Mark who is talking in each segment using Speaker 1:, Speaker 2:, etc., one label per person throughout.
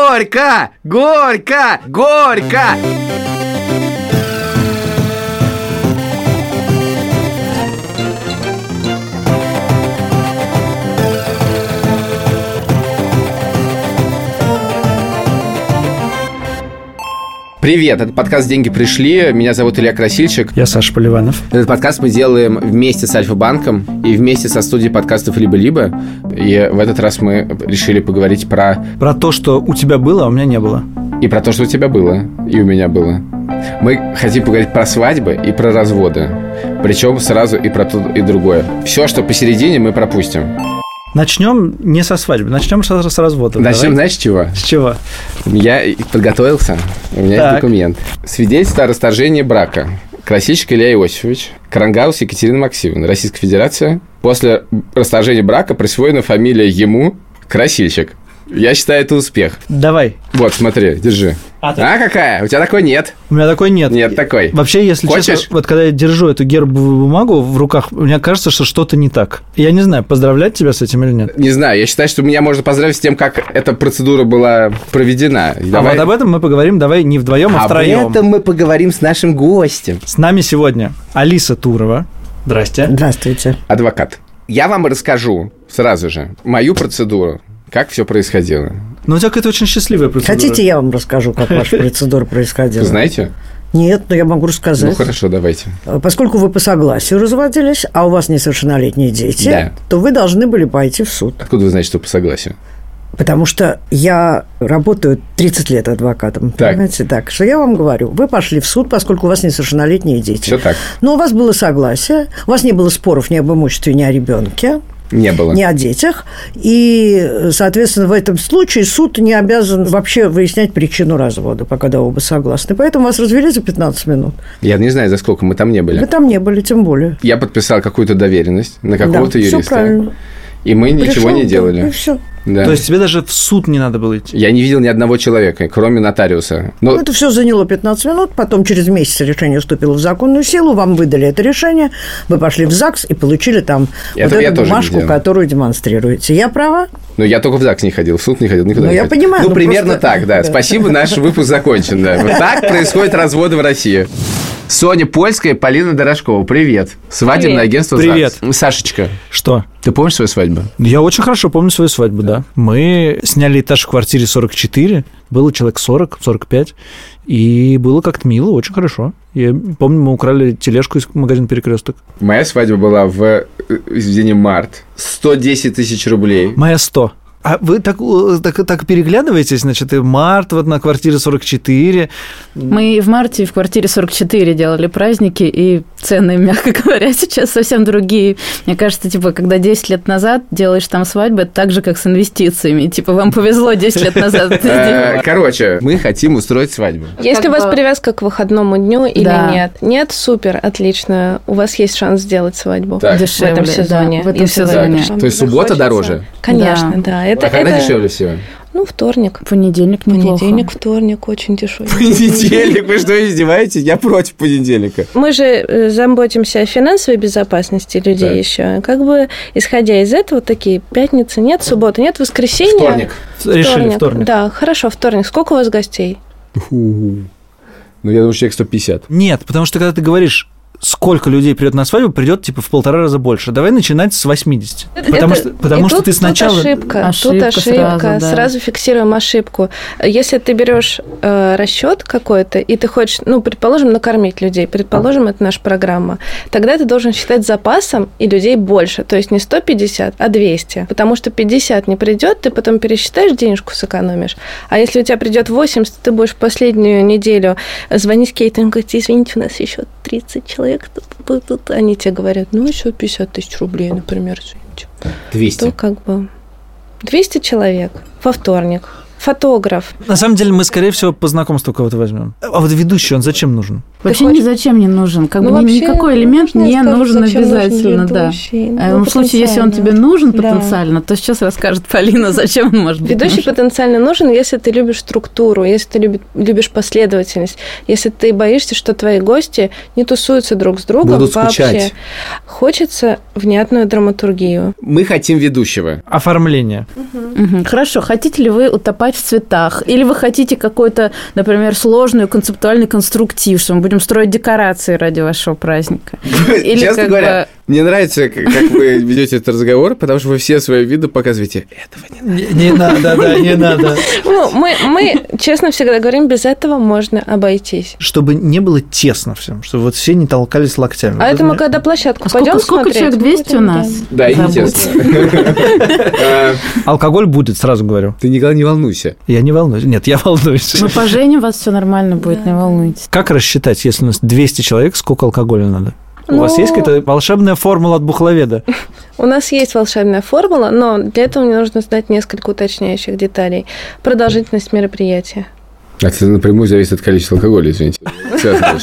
Speaker 1: Горько! Горько! Горько! Привет, это подкаст «Деньги пришли». Меня зовут Илья Красильчик.
Speaker 2: Я Саша Поливанов.
Speaker 1: Этот подкаст мы делаем вместе с Альфа-банком и вместе со студией подкастов «Либо-либо». И в этот раз мы решили поговорить про...
Speaker 2: Про то, что у тебя было, а у меня не было.
Speaker 1: И про то, что у тебя было, и у меня было. Мы хотим поговорить про свадьбы и про разводы. Причем сразу и про то, и другое. Все, что посередине, мы пропустим.
Speaker 2: Начнем не со свадьбы, начнем с, с развода.
Speaker 1: Начнем,
Speaker 2: Давай.
Speaker 1: знаешь, с чего?
Speaker 2: С чего?
Speaker 1: Я подготовился, у меня
Speaker 2: Так.
Speaker 1: есть документ. Свидетельство о расторжении брака. Красильщик Илья Иосифович, Крангаус Екатерина Максимовна, Российская Федерация. После расторжения брака присвоена фамилия ему Красильщик. Я считаю, это успех.
Speaker 2: Давай.
Speaker 1: Вот, смотри, держи.
Speaker 2: А ты-
Speaker 1: А, какая? У тебя такой нет.
Speaker 2: У меня такой нет.
Speaker 1: Нет такой.
Speaker 2: Вообще, если
Speaker 1: Хочешь?
Speaker 2: честно, вот когда я держу эту гербовую бумагу в руках, мне кажется, что что-то не так. Я не знаю, поздравлять тебя с этим или нет. А
Speaker 1: Не знаю, я считаю, что меня можно поздравить с тем, как эта процедура была проведена.
Speaker 2: А
Speaker 1: Давай-
Speaker 2: вот об этом мы поговорим, давай не вдвоем, а,
Speaker 1: Об
Speaker 2: втроем.
Speaker 1: этом мы поговорим с нашим гостем.
Speaker 2: С нами сегодня Алиса Турова. Здрасте.
Speaker 3: Здравствуйте.
Speaker 1: Адвокат. Я вам расскажу сразу же мою процедуру, как все происходило.
Speaker 2: Ну, у тебя какая-то очень счастливая процедура.
Speaker 3: Хотите, я вам расскажу, как ваша процедура происходила?
Speaker 1: Вы знаете?
Speaker 3: Нет, но я могу
Speaker 1: Ну
Speaker 3: рассказать. А,
Speaker 1: хорошо, давайте.
Speaker 3: Поскольку вы по согласию разводились, а у вас несовершеннолетние дети,
Speaker 1: Да.
Speaker 3: то вы должны были пойти в суд.
Speaker 1: Откуда вы знаете, что по согласию?
Speaker 3: Потому что я работаю 30 лет адвокатом.
Speaker 1: Так.
Speaker 3: Понимаете, так. Что я вам говорю? Вы пошли в суд, поскольку у вас несовершеннолетние дети.
Speaker 1: Все так.
Speaker 3: Но у вас было согласие, у вас не было споров ни об имуществе, ни о ребенке.
Speaker 1: Не было.
Speaker 3: не о детях. И, соответственно, в этом случае суд не обязан вообще выяснять причину развода, пока да оба согласны. Поэтому вас развели за 15 минут.
Speaker 1: Я не знаю, за сколько мы там не были.
Speaker 3: Вы там не были, тем более.
Speaker 1: Я подписал какую-то доверенность на
Speaker 3: Да,
Speaker 1: какого-то
Speaker 3: всё
Speaker 1: юриста.
Speaker 3: правильно.
Speaker 1: И мы ничего
Speaker 3: Пришёл
Speaker 1: не
Speaker 3: там,
Speaker 1: делали.
Speaker 3: И все.
Speaker 1: Да.
Speaker 2: То есть тебе даже в суд не надо было идти.
Speaker 1: Я не видел ни одного человека, кроме нотариуса. Но
Speaker 3: Ну, Это все заняло 15 минут, потом через месяц решение вступило в законную силу, вам выдали это решение, вы пошли в ЗАГС и получили там
Speaker 1: Это
Speaker 3: вот
Speaker 1: я
Speaker 3: эту
Speaker 1: тоже
Speaker 3: бумажку,
Speaker 1: видел.
Speaker 3: которую демонстрируете. Я права?
Speaker 1: Но я только в ЗАГС не ходил, в суд не ходил, никуда
Speaker 3: Ну,
Speaker 1: не
Speaker 3: я
Speaker 1: ходил.
Speaker 3: понимаю,
Speaker 1: Ну,
Speaker 3: ну,
Speaker 1: примерно
Speaker 3: просто-
Speaker 1: так, да.
Speaker 3: Да.
Speaker 1: Спасибо, наш выпуск закончен, да. Вот так происходят разводы в России. Соня Польская, Полина Дорожкова, привет. Свадебное
Speaker 4: Привет.
Speaker 1: агентство
Speaker 2: Привет.
Speaker 1: «ЗАГС». Сашечка,
Speaker 2: Что?
Speaker 1: ты помнишь свою свадьбу?
Speaker 2: Я очень хорошо помню свою свадьбу, да. Мы сняли этаж в квартире 44, было человек 40, 45, и было как-то мило, очень хорошо. Я помню, мы украли тележку из магазина «Перекресток».
Speaker 1: Моя свадьба была в, э, извини, март. 110 тысяч рублей.
Speaker 2: Моя 100. А вы так, э, так, так переглядываетесь, значит, и март вот на квартире 44.
Speaker 4: Мы в марте в квартире 44 делали праздники, и цены, мягко говоря, сейчас совсем другие. Мне кажется, типа, когда 10 лет назад делаешь там свадьбы, это так же, как с инвестициями. Типа, вам повезло 10 лет назад. это
Speaker 1: Э,
Speaker 4: сделать.
Speaker 1: Короче, мы хотим устроить свадьбу.
Speaker 5: Есть ли у
Speaker 4: Как
Speaker 5: вас
Speaker 4: бы-
Speaker 5: привязка к выходному дню или
Speaker 4: Да.
Speaker 5: нет? Нет, супер, отлично. У вас есть шанс сделать свадьбу
Speaker 1: Так.
Speaker 4: Дешевле,
Speaker 5: в этом
Speaker 4: да,
Speaker 5: сезоне.
Speaker 4: в этом
Speaker 5: если вы
Speaker 4: сезоне.
Speaker 5: решите.
Speaker 1: То есть суббота
Speaker 5: Захочется.
Speaker 1: дороже?
Speaker 5: Конечно,
Speaker 4: Да.
Speaker 5: да. Это,
Speaker 1: а когда
Speaker 5: это,
Speaker 1: дешевле всего?
Speaker 5: Ну, вторник.
Speaker 4: Понедельник неплохо.
Speaker 5: Понедельник, вторник очень дешевый.
Speaker 1: Понедельник, вы что, издеваетесь? Я против понедельника.
Speaker 5: Мы же э, заботимся о финансовой безопасности людей
Speaker 1: Так.
Speaker 5: еще. Как бы, исходя из этого, такие пятницы нет, суббота нет, воскресенье.
Speaker 1: Вторник.
Speaker 2: Решили вторник.
Speaker 5: Да, хорошо, вторник. Сколько у вас гостей?
Speaker 1: Фу. Ну, я думаю, человек 150.
Speaker 2: Нет, потому что когда ты говоришь, сколько людей придет на свадьбу, придет типа в полтора раза больше. Давай начинать с 80. Потому
Speaker 5: Это-
Speaker 2: что, потому
Speaker 5: и
Speaker 2: что
Speaker 5: тут-
Speaker 2: ты
Speaker 5: тут
Speaker 2: сначала...
Speaker 5: ошибка, тут
Speaker 4: Ошибка
Speaker 5: ошибка,
Speaker 4: сразу,
Speaker 5: сразу,
Speaker 4: да.
Speaker 5: фиксируем ошибку. Если ты берешь расчет какой-то, и ты хочешь, ну, предположим, накормить людей, предположим, это наша программа, тогда ты должен считать запасом, и людей больше, то есть не 150, а 200, потому что 50 не придет, ты потом пересчитаешь, денежку сэкономишь, а если у тебя придет 80, ты будешь в последнюю неделю звонить кейтерингу, говорить, извините, у нас еще 30 человек, тут, тут, тут». они тебе говорят, ну, еще 50 тысяч рублей, например, извините.
Speaker 1: 200.
Speaker 5: То как бы 200 человек во вторник. Фотограф.
Speaker 2: На самом деле мы, скорее всего, по знакомству кого-то возьмем. А вот ведущий, он зачем нужен?
Speaker 4: Вообще
Speaker 5: хочешь-
Speaker 4: ни зачем не нужен. Как
Speaker 5: Ну,
Speaker 4: бы ни-
Speaker 5: вообще,
Speaker 4: никакой элемент
Speaker 5: можно
Speaker 4: не
Speaker 5: сказать,
Speaker 4: нужен
Speaker 5: зачем нужен
Speaker 4: обязательно, да.
Speaker 5: ведущий?
Speaker 4: Э,
Speaker 5: Ну,
Speaker 4: в случае, если он тебе
Speaker 5: потенциально.
Speaker 4: нужен
Speaker 5: Да.
Speaker 4: потенциально, то сейчас расскажет Полина, зачем он может быть.
Speaker 5: Ведущий
Speaker 4: нужен.
Speaker 5: потенциально нужен, если ты любишь структуру, если ты люби- любишь последовательность, если ты боишься, что твои гости не тусуются друг с другом
Speaker 1: Будут
Speaker 5: вообще.
Speaker 1: скучать.
Speaker 5: Хочется внятную драматургию.
Speaker 1: Мы хотим ведущего.
Speaker 2: Оформление.
Speaker 4: Мгм. Хорошо. Хотите ли вы утопать в цветах? Или вы хотите какой-то, например, сложный концептуальный конструктив, что мы будем строить декорации ради вашего праздника? Или
Speaker 1: Честно
Speaker 4: как
Speaker 1: говоря, мне нравится, к- как вы ведете этот разговор, потому что вы все свои виды показываете.
Speaker 2: Не, не надо, да, не надо.
Speaker 5: Ну, мы, мы честно всегда говорим, без этого можно обойтись.
Speaker 2: Чтобы не было тесно всем, чтобы вот все не толкались локтями.
Speaker 5: А это мы
Speaker 2: мне-
Speaker 5: когда площадку
Speaker 4: А сколько-
Speaker 5: пойдем
Speaker 4: сколько
Speaker 5: смотреть,
Speaker 4: человек?
Speaker 5: мы
Speaker 4: 200 у
Speaker 5: будем,
Speaker 4: нас?
Speaker 5: да.
Speaker 1: Да, и не
Speaker 4: Забудь.
Speaker 1: тесно. Э,
Speaker 2: Алкоголь будет, сразу говорю.
Speaker 1: Ты, Николай, не волнуйся.
Speaker 2: Я не волнуюсь. Нет, я волнуюсь.
Speaker 4: Мы поженим вас, все нормально будет,
Speaker 5: Да.
Speaker 4: не волнуйтесь.
Speaker 2: Как рассчитать, если у нас 200 человек, сколько алкоголя надо? У
Speaker 5: Ну,
Speaker 2: вас есть какая-то волшебная формула от бухловеда?
Speaker 5: У нас есть волшебная формула, но для этого мне нужно знать несколько уточняющих деталей. Продолжительность мероприятия.
Speaker 1: А Это напрямую зависит от количества алкоголя, извините. Связываешь.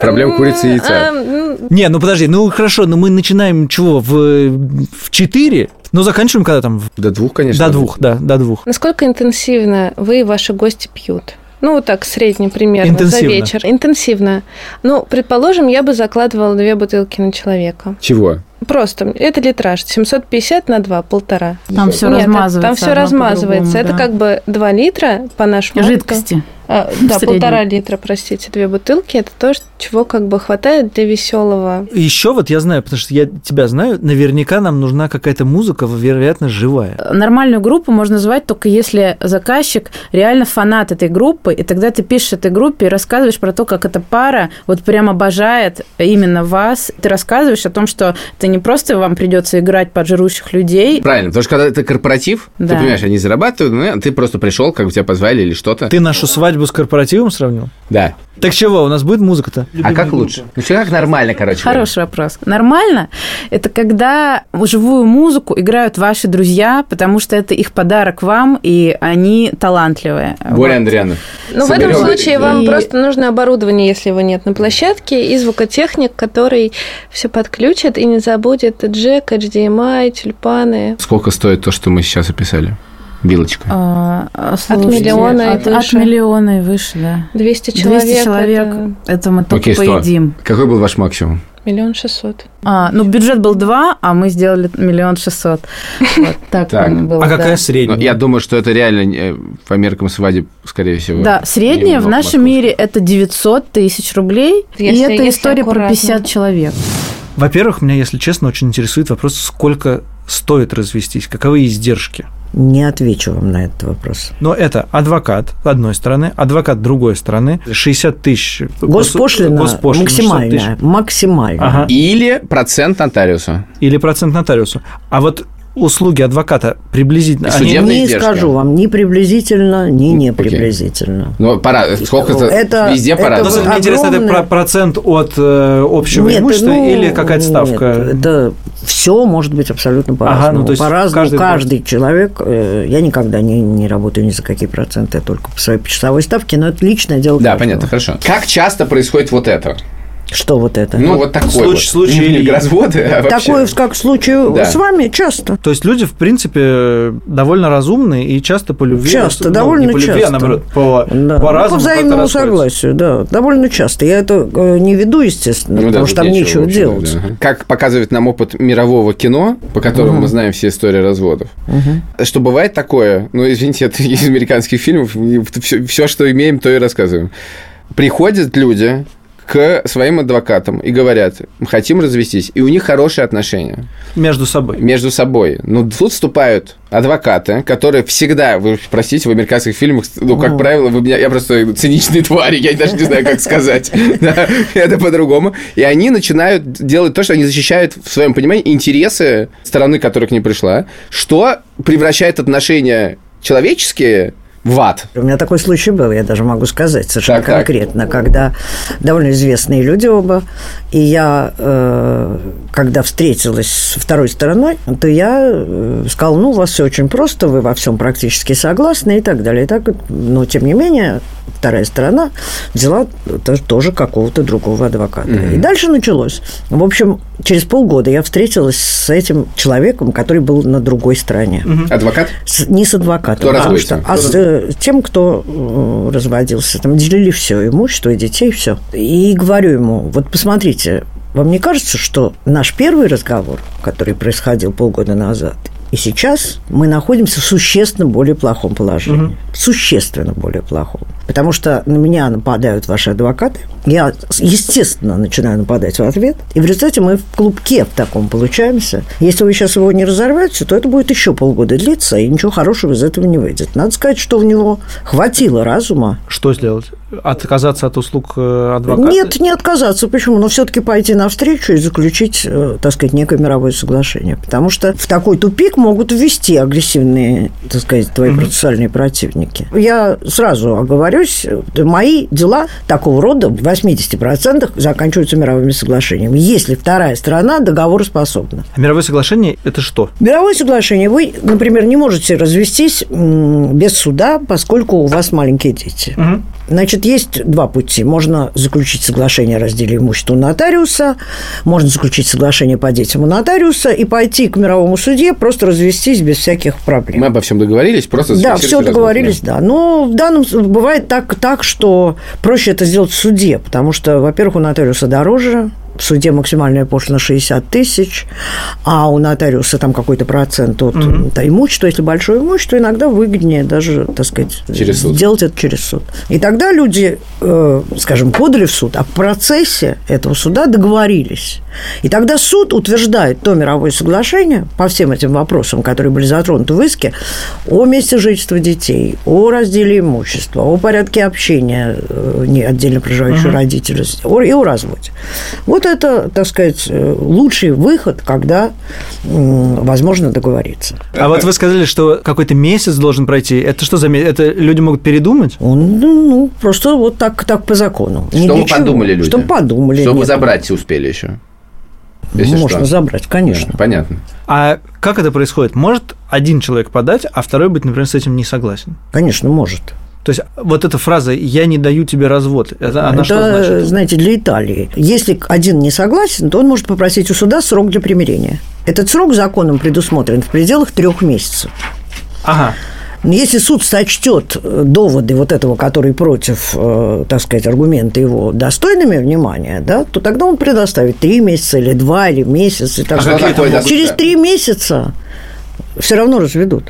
Speaker 1: Проблема курицы и
Speaker 5: М,
Speaker 1: яйца.
Speaker 5: а, м,
Speaker 2: Не, ну подожди, ну хорошо, но мы начинаем чего, в, в 4, но заканчиваем когда там? В-
Speaker 1: До двух, конечно.
Speaker 2: До двух, да, до двух.
Speaker 5: Насколько интенсивно вы и ваши гости пьют? Ну, вот так, средний примерно, за
Speaker 2: Интенсивно.
Speaker 5: вечер. Интенсивно. Ну, предположим, я бы закладывала две бутылки на человека.
Speaker 1: Чего?
Speaker 5: Просто, это литраж, 750 на 2, полтора.
Speaker 4: Там все
Speaker 5: Нет,
Speaker 4: размазывается.
Speaker 5: Там все
Speaker 4: одно
Speaker 5: размазывается.
Speaker 4: по-другому,
Speaker 5: это
Speaker 4: да.
Speaker 5: как бы 2 литра по нашему...
Speaker 4: жидкости.
Speaker 5: А,
Speaker 4: в
Speaker 5: да,
Speaker 4: среднем.
Speaker 5: полтора литра, простите, две бутылки. Это то, что- чего как бы хватает для веселого.
Speaker 2: Еще вот я знаю, потому что я тебя знаю, наверняка нам нужна какая-то музыка, вероятно, живая.
Speaker 4: Нормальную группу можно звать только если заказчик реально фанат этой группы, и тогда ты пишешь этой группе и рассказываешь про то, как эта пара вот прям обожает именно вас. Ты рассказываешь о том, что это не просто вам придется играть под жирущих людей.
Speaker 1: Правильно, потому что когда это корпоратив, ты
Speaker 4: Да.
Speaker 1: понимаешь, они зарабатывают, ну, а ты просто пришел, как бы тебя позвали или что-то.
Speaker 2: Ты нашу свадьбу с корпоративом сравнил?
Speaker 1: Да.
Speaker 2: Так чего, у нас будет музыка-то?
Speaker 1: а как лучше? Ну, все как нормально, короче. говоря.
Speaker 4: Хороший вопрос. Нормально – это когда живую музыку играют ваши друзья, потому что это их подарок вам, и они талантливые.
Speaker 1: Боря
Speaker 4: Вот.
Speaker 1: Андрианов.
Speaker 5: Ну, в этом
Speaker 1: Соберём.
Speaker 5: случае вам
Speaker 4: И-
Speaker 5: просто нужно оборудование, если его нет на площадке, и звукотехник, который все подключит и не забудет джек, HDMI, тюльпаны.
Speaker 1: Сколько стоит то, что мы сейчас описали? Билочка.
Speaker 4: А, а, слушайте,
Speaker 5: миллиона и
Speaker 4: от, от
Speaker 5: выше.
Speaker 4: миллиона и выше, да.
Speaker 5: 200 человек.
Speaker 4: 200 человек,
Speaker 5: это
Speaker 4: это, мы только
Speaker 1: Окей, сто.
Speaker 4: поедим.
Speaker 1: Какой был ваш максимум?
Speaker 5: Миллион шестьсот.
Speaker 4: А, ну, бюджет был 2, а мы сделали миллион шестьсот. Вот так
Speaker 1: Так.
Speaker 4: он был,
Speaker 2: А
Speaker 4: да.
Speaker 2: какая
Speaker 1: Ну,
Speaker 2: средняя?
Speaker 1: я думаю, что это реально э, по меркам свадеб, скорее всего.
Speaker 4: Да, средняя в
Speaker 1: Немного
Speaker 4: нашем
Speaker 1: московская.
Speaker 4: мире это 900 тысяч рублей, и
Speaker 5: Если-
Speaker 4: это
Speaker 5: если
Speaker 4: история про
Speaker 5: аккуратно.
Speaker 4: 50 человек.
Speaker 2: Во-первых, меня, если честно, очень интересует вопрос, сколько стоит развестись, каковы издержки.
Speaker 3: Не отвечу вам на этот вопрос.
Speaker 2: Но это адвокат одной стороны, адвокат другой стороны, 60 тысяч.
Speaker 3: Госпошлина,
Speaker 2: гос- госпошлина 60 тысяч.
Speaker 3: максимальная. Максимальная.
Speaker 2: Ага.
Speaker 1: Или процент нотариуса.
Speaker 2: Или процент нотариусу. А вот услуги адвоката приблизительно...
Speaker 1: И
Speaker 2: они-
Speaker 1: судебные
Speaker 3: Не
Speaker 1: издержки.
Speaker 3: скажу вам ни приблизительно, ни не
Speaker 1: Окей.
Speaker 3: приблизительно.
Speaker 1: Ну, пора. Сколько-то
Speaker 3: Это-
Speaker 1: везде
Speaker 3: это
Speaker 1: пора.
Speaker 2: Но
Speaker 3: вот
Speaker 2: А мне интересно, это
Speaker 3: огромное-
Speaker 2: про- процент от э, общего
Speaker 3: Нет,
Speaker 2: имущества
Speaker 3: ну,
Speaker 2: или какая-то ставка?
Speaker 3: нет, это все может быть абсолютно по-разному.
Speaker 2: ну, то есть
Speaker 3: по-разному
Speaker 2: каждый-
Speaker 3: каждый, человек. э, Я никогда не, не работаю ни за какие проценты, я только по своей почасовой ставке, но это личное дело.
Speaker 1: Да,
Speaker 3: каждого.
Speaker 1: понятно, хорошо. Как часто происходит вот это?
Speaker 3: Что вот это?
Speaker 1: Ну, вот такой
Speaker 2: случай-
Speaker 1: вот.
Speaker 2: случай
Speaker 1: Не
Speaker 2: Ильи.
Speaker 1: разводы, а вообще.
Speaker 3: Такое, как в случае
Speaker 1: Да.
Speaker 3: с вами, часто.
Speaker 2: То есть люди, в принципе, довольно разумные и часто по любви...
Speaker 3: Часто,
Speaker 2: ну,
Speaker 3: довольно
Speaker 2: не по любви, а
Speaker 3: часто.
Speaker 2: наоборот, по,
Speaker 3: Да.
Speaker 2: по разуму
Speaker 3: Ну, по
Speaker 2: как-то
Speaker 3: взаимному
Speaker 2: расходятся.
Speaker 3: согласию, да. Довольно часто. Я это э, не веду, естественно,
Speaker 1: Ну да,
Speaker 3: потому
Speaker 1: тут
Speaker 3: что там
Speaker 1: в
Speaker 3: нечего
Speaker 1: общем,
Speaker 3: делать.
Speaker 1: да, ага. Как показывает нам опыт мирового кино, по которому мы знаем все истории разводов, что бывает такое, ну, извините, это из американских фильмов, все, что имеем, то и рассказываем. Приходят люди к своим адвокатам и говорят, мы хотим развестись, и у них хорошие отношения
Speaker 2: Между собой.
Speaker 1: между собой. Но тут вступают адвокаты, которые всегда, вы уж простите, в американских фильмах, ну, как правило, вы меня, я просто циничные твари, я даже не знаю, как сказать. Да, Это по-другому. И они начинают делать то, что они защищают, в своем понимании, интересы стороны, которая к ним пришла, что превращает отношения человеческие в ад.
Speaker 3: У меня такой случай был, я даже могу сказать совершенно
Speaker 1: Так, так.
Speaker 3: конкретно, когда довольно известные люди оба, и я, э, когда встретилась с второй стороной, то я э, сказала, ну, у вас все очень просто, вы во всем практически согласны и так далее. И так, вот. но тем не менее, вторая сторона взяла то- тоже какого-то другого адвоката. И дальше началось. В общем, через полгода я встретилась с этим человеком, который был на другой стороне.
Speaker 1: Адвокат?
Speaker 3: С- не с адвокатом,
Speaker 1: Кто
Speaker 3: потому
Speaker 1: разводится?
Speaker 3: что, а с э, тем, кто э, разводился. Там делили все, имущество и детей, все. И говорю ему, вот посмотрите, вам не кажется, что наш первый разговор, который происходил полгода назад, и сейчас мы находимся в существенно более плохом положении. Существенно более плохом. Потому что на меня нападают ваши адвокаты. Я, с- естественно, начинаю нападать в ответ. И в результате мы в клубке в таком получаемся. Если вы сейчас его не разорвете, то это будет еще полгода длиться, и ничего хорошего из этого не выйдет. Надо сказать, что у него хватило разума.
Speaker 2: Что сделать? Отказаться от услуг э, адвоката?
Speaker 3: Нет, не отказаться. Почему? Но все-таки пойти навстречу и заключить, э, так сказать, некое мировое соглашение. Потому что в такой тупик могут ввести агрессивные, так сказать, твои процессуальные противники. Я сразу оговорюсь, э, мои дела такого рода в 80% заканчиваются мировыми соглашениями, если вторая сторона договороспособна.
Speaker 2: А Мировое соглашение – это что?
Speaker 3: Мировое соглашение. Вы, например, не можете развестись м, без суда, поскольку у вас маленькие дети. Значит, есть два пути. Можно заключить соглашение о разделе имущества у нотариуса, можно заключить соглашение по детям у нотариуса и пойти к мировому суде, просто развестись без всяких проблем.
Speaker 1: Мы обо всем договорились, просто...
Speaker 3: Да,
Speaker 1: зафиксировали
Speaker 3: все
Speaker 1: развод,
Speaker 3: договорились,
Speaker 1: да.
Speaker 3: да. Но в данном с- бывает так, так, что проще это сделать в суде, потому что, во-первых, у нотариуса дороже, в суде максимальная пошлина 60 тысяч, а у нотариуса там какой-то процент от да, имущества, если большое имущество, иногда выгоднее даже, так сказать,
Speaker 1: Через суд.
Speaker 3: сделать это через суд. И тогда люди, э, скажем, подали в суд, а в процессе этого суда договорились. И тогда суд утверждает то мировое соглашение по всем этим вопросам, которые были затронуты в иске, о месте жительства детей, о разделе имущества, о порядке общения э, не отдельно проживающего родителя с- о- и о разводе. Вот это, так сказать, э, лучший выход, когда м, возможно договориться.
Speaker 2: А вот вы сказали, что какой-то месяц должен пройти. Это что за месяц? Это люди могут передумать?
Speaker 3: Он, ну, ну, просто вот так, так по закону. Ни
Speaker 1: Что
Speaker 3: для
Speaker 1: вы
Speaker 3: чего.
Speaker 1: подумали, люди?
Speaker 3: Что подумали.
Speaker 1: Что вы
Speaker 3: нет.
Speaker 1: забрать успели еще? Если
Speaker 3: Можно
Speaker 1: что.
Speaker 3: забрать, конечно.
Speaker 1: Понятно.
Speaker 2: А как это происходит? Может один человек подать, а второй быть, например, с этим не согласен?
Speaker 3: Конечно, может.
Speaker 2: То есть вот эта фраза «я не даю тебе развод», это, она
Speaker 3: Это,
Speaker 2: А что значит?
Speaker 3: знаете, для Италии. Если один не согласен, то он может попросить у суда срок для примирения. Этот срок законом предусмотрен в пределах трех месяцев.
Speaker 2: Ага.
Speaker 3: Но Если суд сочтет э, доводы вот этого, который против, э, так сказать, аргумента его достойными внимания, да, то тогда он предоставит три месяца или два или месяц и так
Speaker 1: А
Speaker 3: далее.
Speaker 1: какие там могут-
Speaker 3: Через три месяца все равно разведут.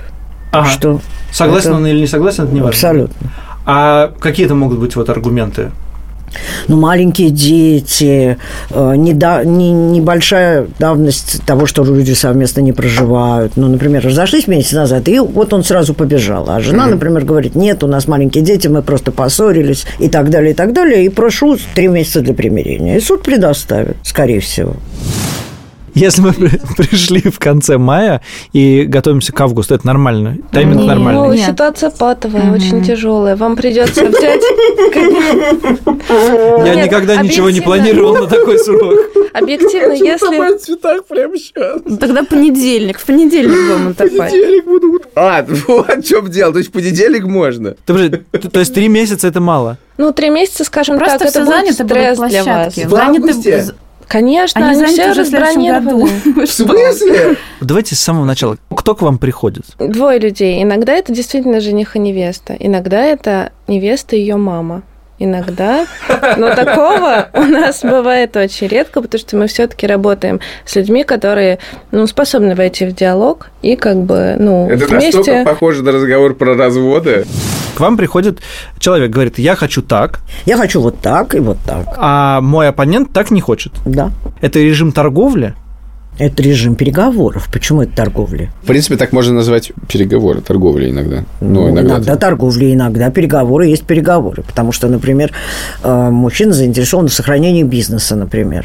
Speaker 3: Так
Speaker 2: Ага.
Speaker 3: Что
Speaker 2: Согласен
Speaker 3: это-
Speaker 2: он или не согласен, это не важно.
Speaker 3: абсолютно.
Speaker 2: А какие это могут быть вот аргументы?
Speaker 3: Ну, маленькие дети, э, неда- не- небольшая давность того, что люди совместно не проживают. Ну, например, разошлись месяц назад, и вот он сразу побежал. А жена, например, говорит, нет, у нас маленькие дети, мы просто поссорились и так далее, и так далее. И прошу три месяца для примирения. И суд предоставит, скорее всего.
Speaker 2: Если мы при- пришли в конце мая и готовимся к августу, это нормально? Тайминг
Speaker 4: Нет.
Speaker 2: нормальный?
Speaker 5: Ну,
Speaker 4: Нет.
Speaker 5: ситуация патовая, очень тяжелая. Вам придется взять...
Speaker 2: Я
Speaker 5: Нет,
Speaker 2: никогда ничего не
Speaker 5: объективно.
Speaker 2: планировал на такой срок.
Speaker 5: Объективно, если...
Speaker 1: цветах прямо сейчас.
Speaker 4: Ну, Тогда понедельник. В понедельник дома топать.
Speaker 1: А, вот в чем дело. То есть в понедельник можно.
Speaker 2: Ты подожди, т- То есть три месяца – это мало?
Speaker 5: Ну, три месяца, скажем
Speaker 4: Просто
Speaker 5: так,
Speaker 4: все
Speaker 5: это будет
Speaker 4: заняты будут
Speaker 5: стресс для вас.
Speaker 4: площадки.
Speaker 1: В
Speaker 4: Заняты
Speaker 1: августе?
Speaker 4: з-
Speaker 5: Конечно,
Speaker 4: Они
Speaker 5: они все
Speaker 4: заняты уже в следующем году.
Speaker 5: разбронированы.
Speaker 4: Вы
Speaker 1: В
Speaker 4: что?
Speaker 1: смысле?
Speaker 2: Давайте с самого начала. Кто к вам приходит?
Speaker 5: Двое людей. Иногда это действительно жених и невеста. Иногда это невеста и ее мама. Иногда. Но такого у нас бывает очень редко, потому что мы все-таки работаем с людьми, которые ну, способны войти в диалог и как бы ну,
Speaker 1: Это настолько
Speaker 5: вместе.
Speaker 1: похоже на разговор про разводы.
Speaker 2: К вам приходит человек, говорит, я хочу так,
Speaker 3: Я хочу вот так и вот так,
Speaker 2: а мой оппонент так не хочет.
Speaker 3: да.
Speaker 2: Это режим торговли?
Speaker 3: Это режим переговоров. Почему это торговля?
Speaker 1: В принципе, так можно назвать переговоры, торговли иногда. Ну, иногда.
Speaker 3: иногда торговля, иногда переговоры есть переговоры. Потому что, например, э, мужчина заинтересован в сохранении бизнеса, напримр.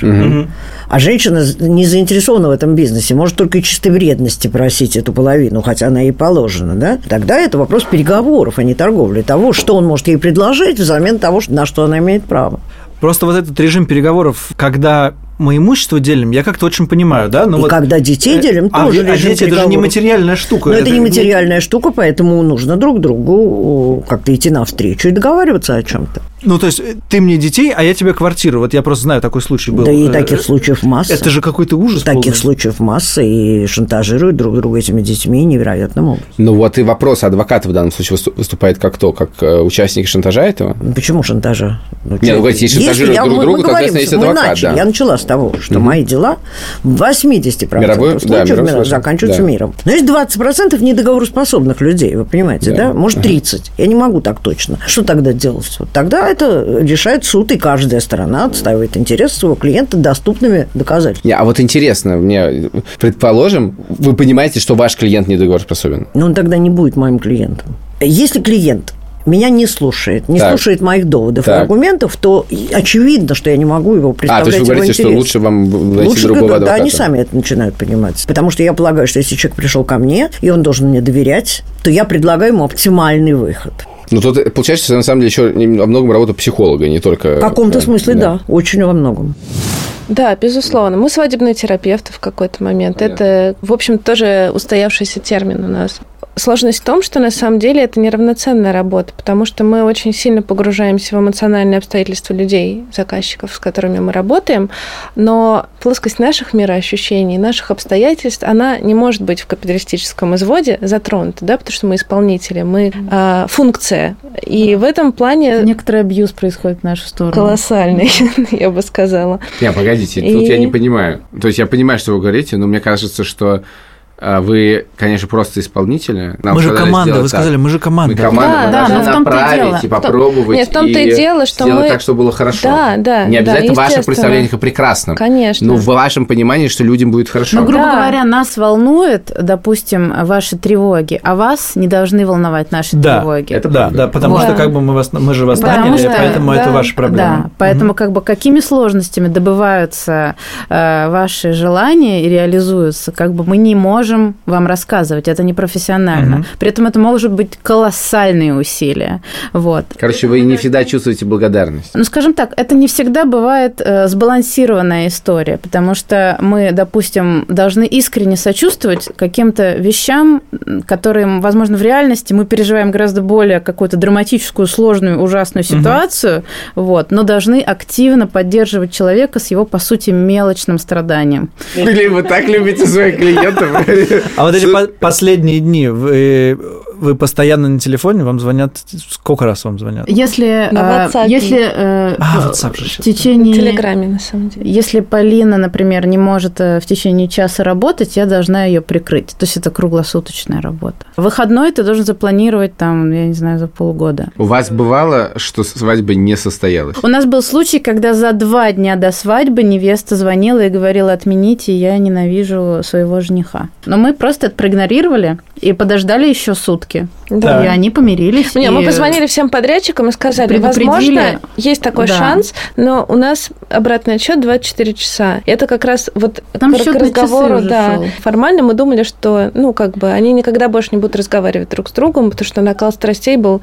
Speaker 3: А женщина з- не заинтересована в этом бизнесе, может только чистой вредности просить эту половину, хотя она ей положена. Да? Тогда это вопрос переговоров, а не торговли. Того, что он может ей предложить взамен того, ш- на что она имеет право.
Speaker 2: Просто вот этот режим переговоров, когда мы имущество делим, я как-то очень понимаю, да? Но
Speaker 3: и
Speaker 2: вот,
Speaker 3: когда детей
Speaker 2: э,
Speaker 3: делим,
Speaker 2: а,
Speaker 3: тоже
Speaker 2: а
Speaker 3: режим
Speaker 2: дети, это же не
Speaker 3: переговоров.
Speaker 2: материальная штука.
Speaker 3: Но это, не
Speaker 2: ну,
Speaker 3: материальная штука, поэтому нужно друг другу э, как-то идти навстречу и договариваться о чем-то.
Speaker 2: Ну, то есть, э, ты мне детей, а я тебе квартиру. Вот я просто знаю, такой случай был.
Speaker 3: Да и
Speaker 2: Э,
Speaker 3: таких
Speaker 2: э,
Speaker 3: случаев масса.
Speaker 2: Это же какой-то ужас
Speaker 3: таких
Speaker 2: полный.
Speaker 3: случаев масса и шантажируют друг друга этими детьми невероятным образом.
Speaker 1: Ну вот и вопрос адвоката в данном случае высту- выступает как то, как э, участник шантажа этого.
Speaker 3: Ну, Почему шантажа? Ну,
Speaker 1: Не,
Speaker 3: чё-
Speaker 1: ну, говорите, если шантажируют
Speaker 3: я-
Speaker 1: друг
Speaker 3: мы- мы
Speaker 1: друга, то,
Speaker 3: говорим,
Speaker 1: соответственно, есть
Speaker 3: мы
Speaker 1: адвокат,
Speaker 3: начали.
Speaker 1: да.
Speaker 3: Я начала с того, что мои дела в 80%
Speaker 1: Мировой- да, мировой
Speaker 3: случаев мира-
Speaker 1: случай,
Speaker 3: заканчиваются
Speaker 1: да.
Speaker 3: миром. Ну, Значит, 20% недоговороспособных людей, вы понимаете,
Speaker 1: Да.
Speaker 3: да? Может, 30. Я не могу так точно. Что тогда делать? Вот тогда это решает суд, и каждая сторона отстаивает интерес своего клиента доступными доказательствами.
Speaker 1: Не, а вот интересно, мне, предположим, вы понимаете, что ваш клиент недоговороспособен.
Speaker 3: Но он Ну, тогда не будет моим клиентом. Если клиент меня не слушает, не
Speaker 1: Так.
Speaker 3: слушает моих доводов и
Speaker 1: Так.
Speaker 3: аргументов, то и- очевидно, что я не могу его
Speaker 1: А,
Speaker 3: представлять.
Speaker 1: то есть вы
Speaker 3: его
Speaker 1: говорите, что
Speaker 3: интерес.
Speaker 1: лучше вам найти
Speaker 3: Лучше,
Speaker 1: другого
Speaker 3: когда
Speaker 1: адвоката.
Speaker 3: они сами это начинают понимать. Потому что я полагаю, что если человек пришел ко мне, и он должен мне доверять, то я предлагаю ему оптимальный выход.
Speaker 1: Ну, тут э, получается, что на самом деле еще нем- во многом работа психолога, а не только...
Speaker 3: В каком-то смысле, да, очень во многом.
Speaker 5: Да, безусловно. Мы свадебные терапевты в какой-то момент.
Speaker 1: Понятно.
Speaker 5: Это, в общем, тоже устоявшийся термин у нас. Сложность в том, что на самом деле это неравноценная работа, потому что мы очень сильно погружаемся в эмоциональные обстоятельства людей, заказчиков, с которыми мы работаем, но плоскость наших мироощущений, наших обстоятельств, она не может быть в капиталистическом изводе затронута, да, потому что мы исполнители, мы а, функция. И в этом плане
Speaker 4: Э, Некоторый абьюз происходит в нашу сторону.
Speaker 5: колоссальный, я бы сказала.
Speaker 1: Не, погодите,
Speaker 5: И-
Speaker 1: тут я не понимаю. То есть я понимаю, что вы говорите, но мне кажется, что а, вы, конечно, просто исполнители. Нам
Speaker 2: Мы же
Speaker 1: сказали
Speaker 2: команда,
Speaker 1: сделать
Speaker 2: вы
Speaker 1: так.
Speaker 2: сказали, мы же команда.
Speaker 1: Мы команда,
Speaker 5: Да,
Speaker 1: мы
Speaker 5: да,
Speaker 1: должны
Speaker 5: но в
Speaker 4: том-то и
Speaker 1: направить
Speaker 4: дело.
Speaker 1: и
Speaker 4: В
Speaker 5: том-
Speaker 1: попробовать.
Speaker 5: Нет, в том-то и дело, что
Speaker 1: сделать
Speaker 5: мы-
Speaker 1: так, чтобы было хорошо.
Speaker 5: Да, да,
Speaker 1: Не
Speaker 5: да,
Speaker 1: обязательно ваше
Speaker 5: естественно.
Speaker 1: представление Ну, о прекрасном.
Speaker 5: Конечно.
Speaker 1: Но в вашем понимании, что людям будет хорошо.
Speaker 2: А
Speaker 4: Ну, грубо
Speaker 5: Да.
Speaker 4: говоря, нас волнует, допустим, ваши тревоги, а вас не должны волновать наши
Speaker 2: Да,
Speaker 4: тревоги.
Speaker 1: это
Speaker 2: да,
Speaker 1: правда.
Speaker 2: да, потому
Speaker 4: Вот.
Speaker 2: что как бы мы вас, мы же вас
Speaker 4: Потому
Speaker 2: наняли,
Speaker 4: что-
Speaker 2: поэтому это
Speaker 5: да,
Speaker 2: ваша проблема.
Speaker 4: Да, поэтому как бы какими сложностями добываются э, ваши желания и реализуются, как бы мы не можем вам рассказывать, это непрофессионально.
Speaker 2: Мгм.
Speaker 4: При этом это может быть колоссальные усилия, вот.
Speaker 1: Короче, вы не всегда чувствуете благодарность.
Speaker 4: Ну, скажем так, это не всегда бывает э, сбалансированная история, потому что мы, допустим, должны искренне сочувствовать каким-то вещам, м, которые, м, возможно, в реальности мы переживаем гораздо более какую-то драматическую, сложную, ужасную
Speaker 2: Мгм.
Speaker 4: ситуацию, вот, но должны активно поддерживать человека с его, по сути, мелочным страданием.
Speaker 1: Блин, вы так любите своих клиентов.
Speaker 2: А вот эти по- последние дни, вы, э, вы постоянно на телефоне, вам звонят, сколько раз вам звонят?
Speaker 4: Если,
Speaker 5: На
Speaker 4: э,
Speaker 5: WhatsApp.
Speaker 4: если э,
Speaker 2: А,
Speaker 4: в-
Speaker 2: WhatsApp же
Speaker 4: в
Speaker 2: сейчас.
Speaker 5: В
Speaker 4: течение...
Speaker 5: Телеграме, на самом деле.
Speaker 4: Если Полина, например, не может э, в течение часа работать, я должна ее прикрыть. То есть это круглосуточная работа. Выходной ты должен запланировать там, я не знаю, за полгода.
Speaker 1: У вас бывало, что свадьба не состоялась?
Speaker 4: У нас был случай, когда за два дня до свадьбы невеста звонила и говорила, отмените, я ненавижу своего жениха. Но мы просто это проигнорировали и подождали еще сутки.
Speaker 2: Да.
Speaker 4: И они помирились.
Speaker 5: Не,
Speaker 4: и-
Speaker 5: мы позвонили всем подрядчикам и сказали,
Speaker 4: предупредили.
Speaker 5: возможно, есть такой
Speaker 4: Да.
Speaker 5: шанс, но у нас обратный отчет 24 часа. И Это как раз вот
Speaker 4: Там
Speaker 5: к,
Speaker 4: счет на
Speaker 5: к
Speaker 4: часы
Speaker 5: разговору,
Speaker 4: уже
Speaker 5: да.
Speaker 4: шел.
Speaker 5: Формально мы думали, что, ну, как бы, они никогда больше не будут разговаривать друг с другом, потому что накал страстей был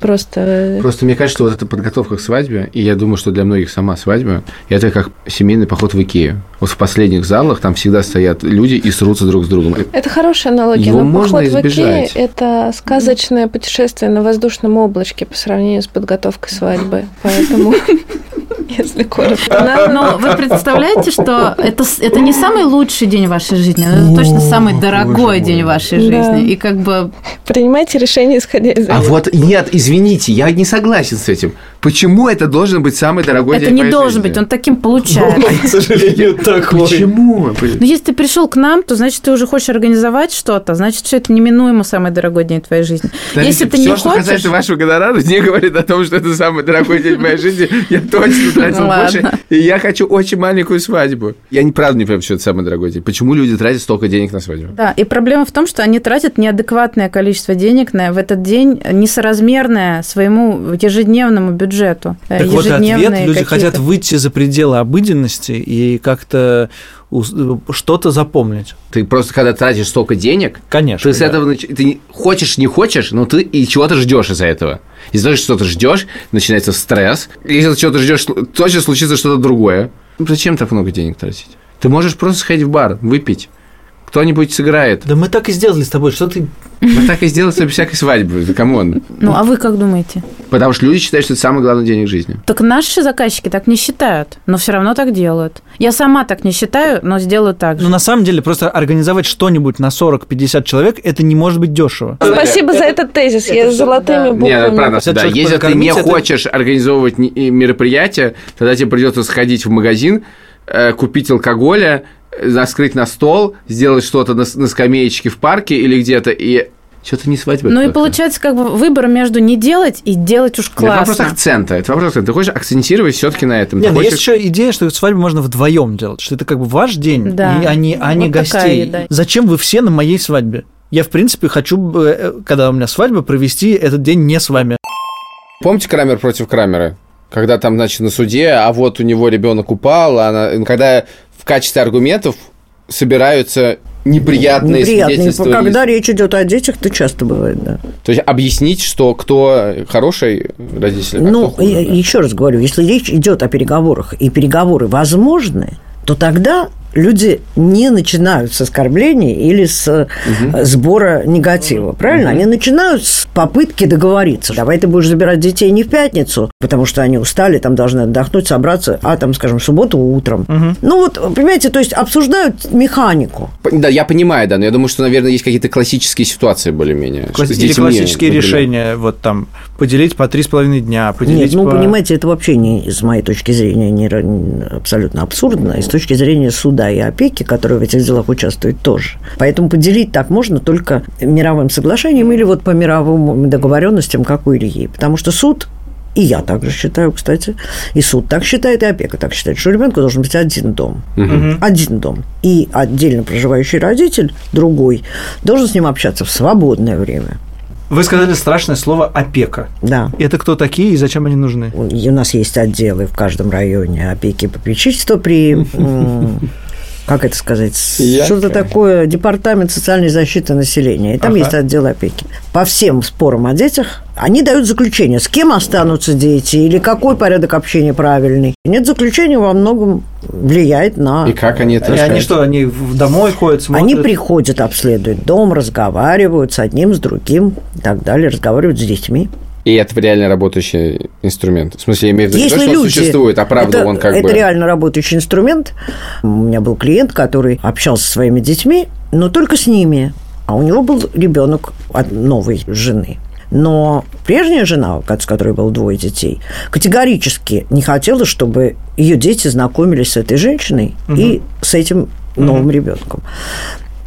Speaker 5: просто...
Speaker 1: Просто мне кажется, что вот эта подготовка к свадьбе, и я думаю, что для многих сама свадьба, это как семейный поход в Икею. Вот в последних залах там всегда стоят люди и срутся друг с другом.
Speaker 5: Это хорошая аналогия,
Speaker 1: Его
Speaker 5: но
Speaker 1: можно
Speaker 5: поход в Икею
Speaker 1: избежать.
Speaker 5: – это сказочное путешествие на воздушном облачке по сравнению с подготовкой свадьбы. Поэтому, если коротко.
Speaker 4: Да, но ну, вы представляете, что это, с- это не самый лучший день вашей жизни, но это точно самый дорогой день вашей
Speaker 5: Да.
Speaker 4: жизни. И как бы
Speaker 5: Принимайте решение, исходя из
Speaker 1: А
Speaker 5: этого.
Speaker 1: вот нет, извините, я не согласен с этим. Почему это должен быть самый дорогой
Speaker 4: это
Speaker 1: день
Speaker 4: не
Speaker 1: моей
Speaker 4: должен
Speaker 1: жизни?
Speaker 4: быть, он таким получает.
Speaker 2: К сожалению, такой.
Speaker 1: Почему? блин?
Speaker 4: Но если ты пришел к нам, то значит ты уже хочешь организовать что-то, значит, что это неминуемо самый дорогой день твоей жизни.
Speaker 1: Подождите,
Speaker 4: если ты
Speaker 1: всё,
Speaker 4: не
Speaker 1: что
Speaker 4: хочешь,
Speaker 1: касается вашего гонорара, не говорит о том, что это самый дорогой день в моей жизни. Я точно тратил
Speaker 4: Ну, ладно.
Speaker 1: больше, и я хочу очень маленькую свадьбу. Я не правда не понимаю, почему это самый дорогой день. Почему люди тратят столько денег на свадьбу?
Speaker 4: Да, и проблема в том, что они тратят неадекватное количество денег на в этот день, несоразмерное своему ежедневному бюджету. Э,
Speaker 2: Так вот и ответ,
Speaker 4: ежедневные
Speaker 2: люди
Speaker 4: какие-то.
Speaker 2: хотят выйти за пределы обыденности и как-то уз- что-то запомнить.
Speaker 1: Ты просто, когда тратишь столько денег,
Speaker 2: Конечно.
Speaker 1: Ты с
Speaker 2: да.
Speaker 1: этого нач- ты не- хочешь, не хочешь, но ты и чего-то ждешь из-за этого. Из-за того, что что-то ждешь, начинается стресс. Если ты чего-то ждешь, точно случится что-то другое. Ну, Зачем так много денег тратить? Ты можешь просто сходить в бар, выпить. Кто-нибудь сыграет.
Speaker 6: Да мы так и сделали с тобой, что ты...
Speaker 1: Мы так и сделали с тобой всякой свадьбы. Да камон.
Speaker 4: Ну, а вы как думаете?
Speaker 1: Потому что люди считают, что это самый главный денег в жизни.
Speaker 4: Так наши заказчики так не считают, но все равно так делают. Я сама так не считаю, но сделаю так
Speaker 2: Но
Speaker 4: же.
Speaker 2: Ну, на самом деле просто организовать что-нибудь на 40-50 человек, это не может быть дешево.
Speaker 5: Спасибо за этот тезис. Я с золотыми
Speaker 1: Нет, это правда.
Speaker 5: буквами.
Speaker 1: Да,
Speaker 2: человек
Speaker 1: если ты не
Speaker 2: покормить, это-
Speaker 1: хочешь организовывать ни- и мероприятие, тогда тебе придется сходить в магазин, э, купить алкоголя, э, заскрыть на стол, сделать что-то на, с- на скамеечке в парке или где-то, и что-то не свадьба.
Speaker 4: Ну и
Speaker 1: какая-то.
Speaker 4: получается как бы выбор между не делать и делать уж
Speaker 1: Это вопрос
Speaker 4: классно.
Speaker 1: акцента. Это вопрос акцента. Ты хочешь акцентировать все-таки на этом.
Speaker 2: Не,
Speaker 1: Ты
Speaker 2: ну,
Speaker 1: хочешь-
Speaker 2: есть еще идея, что свадьбу можно вдвоем делать, что это как бы ваш день,
Speaker 4: Да.
Speaker 2: и, а не, а не
Speaker 4: Вот такая
Speaker 2: гостей.
Speaker 4: еда.
Speaker 2: Зачем вы все на моей свадьбе? Я, в принципе, хочу, бы, э, когда у меня свадьба, провести этот день не с вами.
Speaker 1: Помните Крамер против Крамера? Когда там, значит, на суде, а вот у него ребенок упал, а она... ну, когда в качестве аргументов собираются неприятные,
Speaker 3: Неприятные.
Speaker 1: свидетельства.
Speaker 3: Когда речь идет о детях, то часто бывает, да.
Speaker 1: То есть объяснить, что кто хороший родитель, а кто
Speaker 3: Ну,
Speaker 1: хуже, да.
Speaker 3: еще раз говорю, если речь идет о переговорах, и переговоры возможны, то тогда люди не начинают с оскорблений или с э, сбора негатива, правильно? Они начинают с попытки договориться. Давай ты будешь забирать детей не в пятницу, потому что они устали, там должны отдохнуть, собраться, а там, скажем, в субботу утром. Ну вот, понимаете, то есть обсуждают механику.
Speaker 1: П- Да, я понимаю, да, но я думаю, что, наверное, есть какие-то классические ситуации более-менее.
Speaker 2: Класс-
Speaker 1: что с
Speaker 2: или
Speaker 1: детьми, ну,
Speaker 2: классические
Speaker 1: например.
Speaker 2: решения, вот там, поделить по три с половиной дня, поделить
Speaker 3: Нет, ну,
Speaker 2: по-
Speaker 3: понимаете, это вообще не, с моей точки зрения, не, ра- не- абсолютно абсурдно, и с точки зрения суда и опеки, которые в этих делах участвуют тоже. Поэтому поделить так можно только мировым соглашением или вот по мировым договоренностям, как у Ильи. Потому что суд и я также считаю, кстати, и суд так считает, и опека так считает, что у ребенка должен быть один дом. Один дом. И отдельно проживающий родитель, другой, должен с ним общаться в свободное время.
Speaker 2: Вы сказали страшное слово «опека».
Speaker 3: Да.
Speaker 2: Это кто такие и зачем они нужны?
Speaker 3: И У нас есть отделы в каждом районе опеки и попечительства при... м, Как это сказать?
Speaker 1: Я-
Speaker 3: Что-то такое. Департамент социальной защиты населения. И там
Speaker 2: Ага.
Speaker 3: есть отделы опеки. По всем спорам о детях они дают заключение, с кем останутся дети или какой порядок общения правильный. Нет, заключение во многом влияет на...
Speaker 1: И как они это
Speaker 2: И они
Speaker 1: решают?
Speaker 2: что, они в- домой ходят, смотрят?
Speaker 3: Они приходят, обследуют дом, разговаривают с одним, с другим и так далее, разговаривают с детьми.
Speaker 1: И это реально работающий инструмент. В смысле, я имею в виду, не то,
Speaker 3: Если
Speaker 1: что он
Speaker 3: люди...
Speaker 1: существует, а правда
Speaker 3: это,
Speaker 1: он как
Speaker 3: это
Speaker 1: бы...
Speaker 3: реально работающий инструмент. У меня был клиент, который общался со своими детьми, но только с ними. А у него был ребенок от новой жены. Но прежняя жена, кот- с которой было двое детей, категорически не хотела, чтобы ее дети знакомились с этой женщиной и с этим новым ребенком.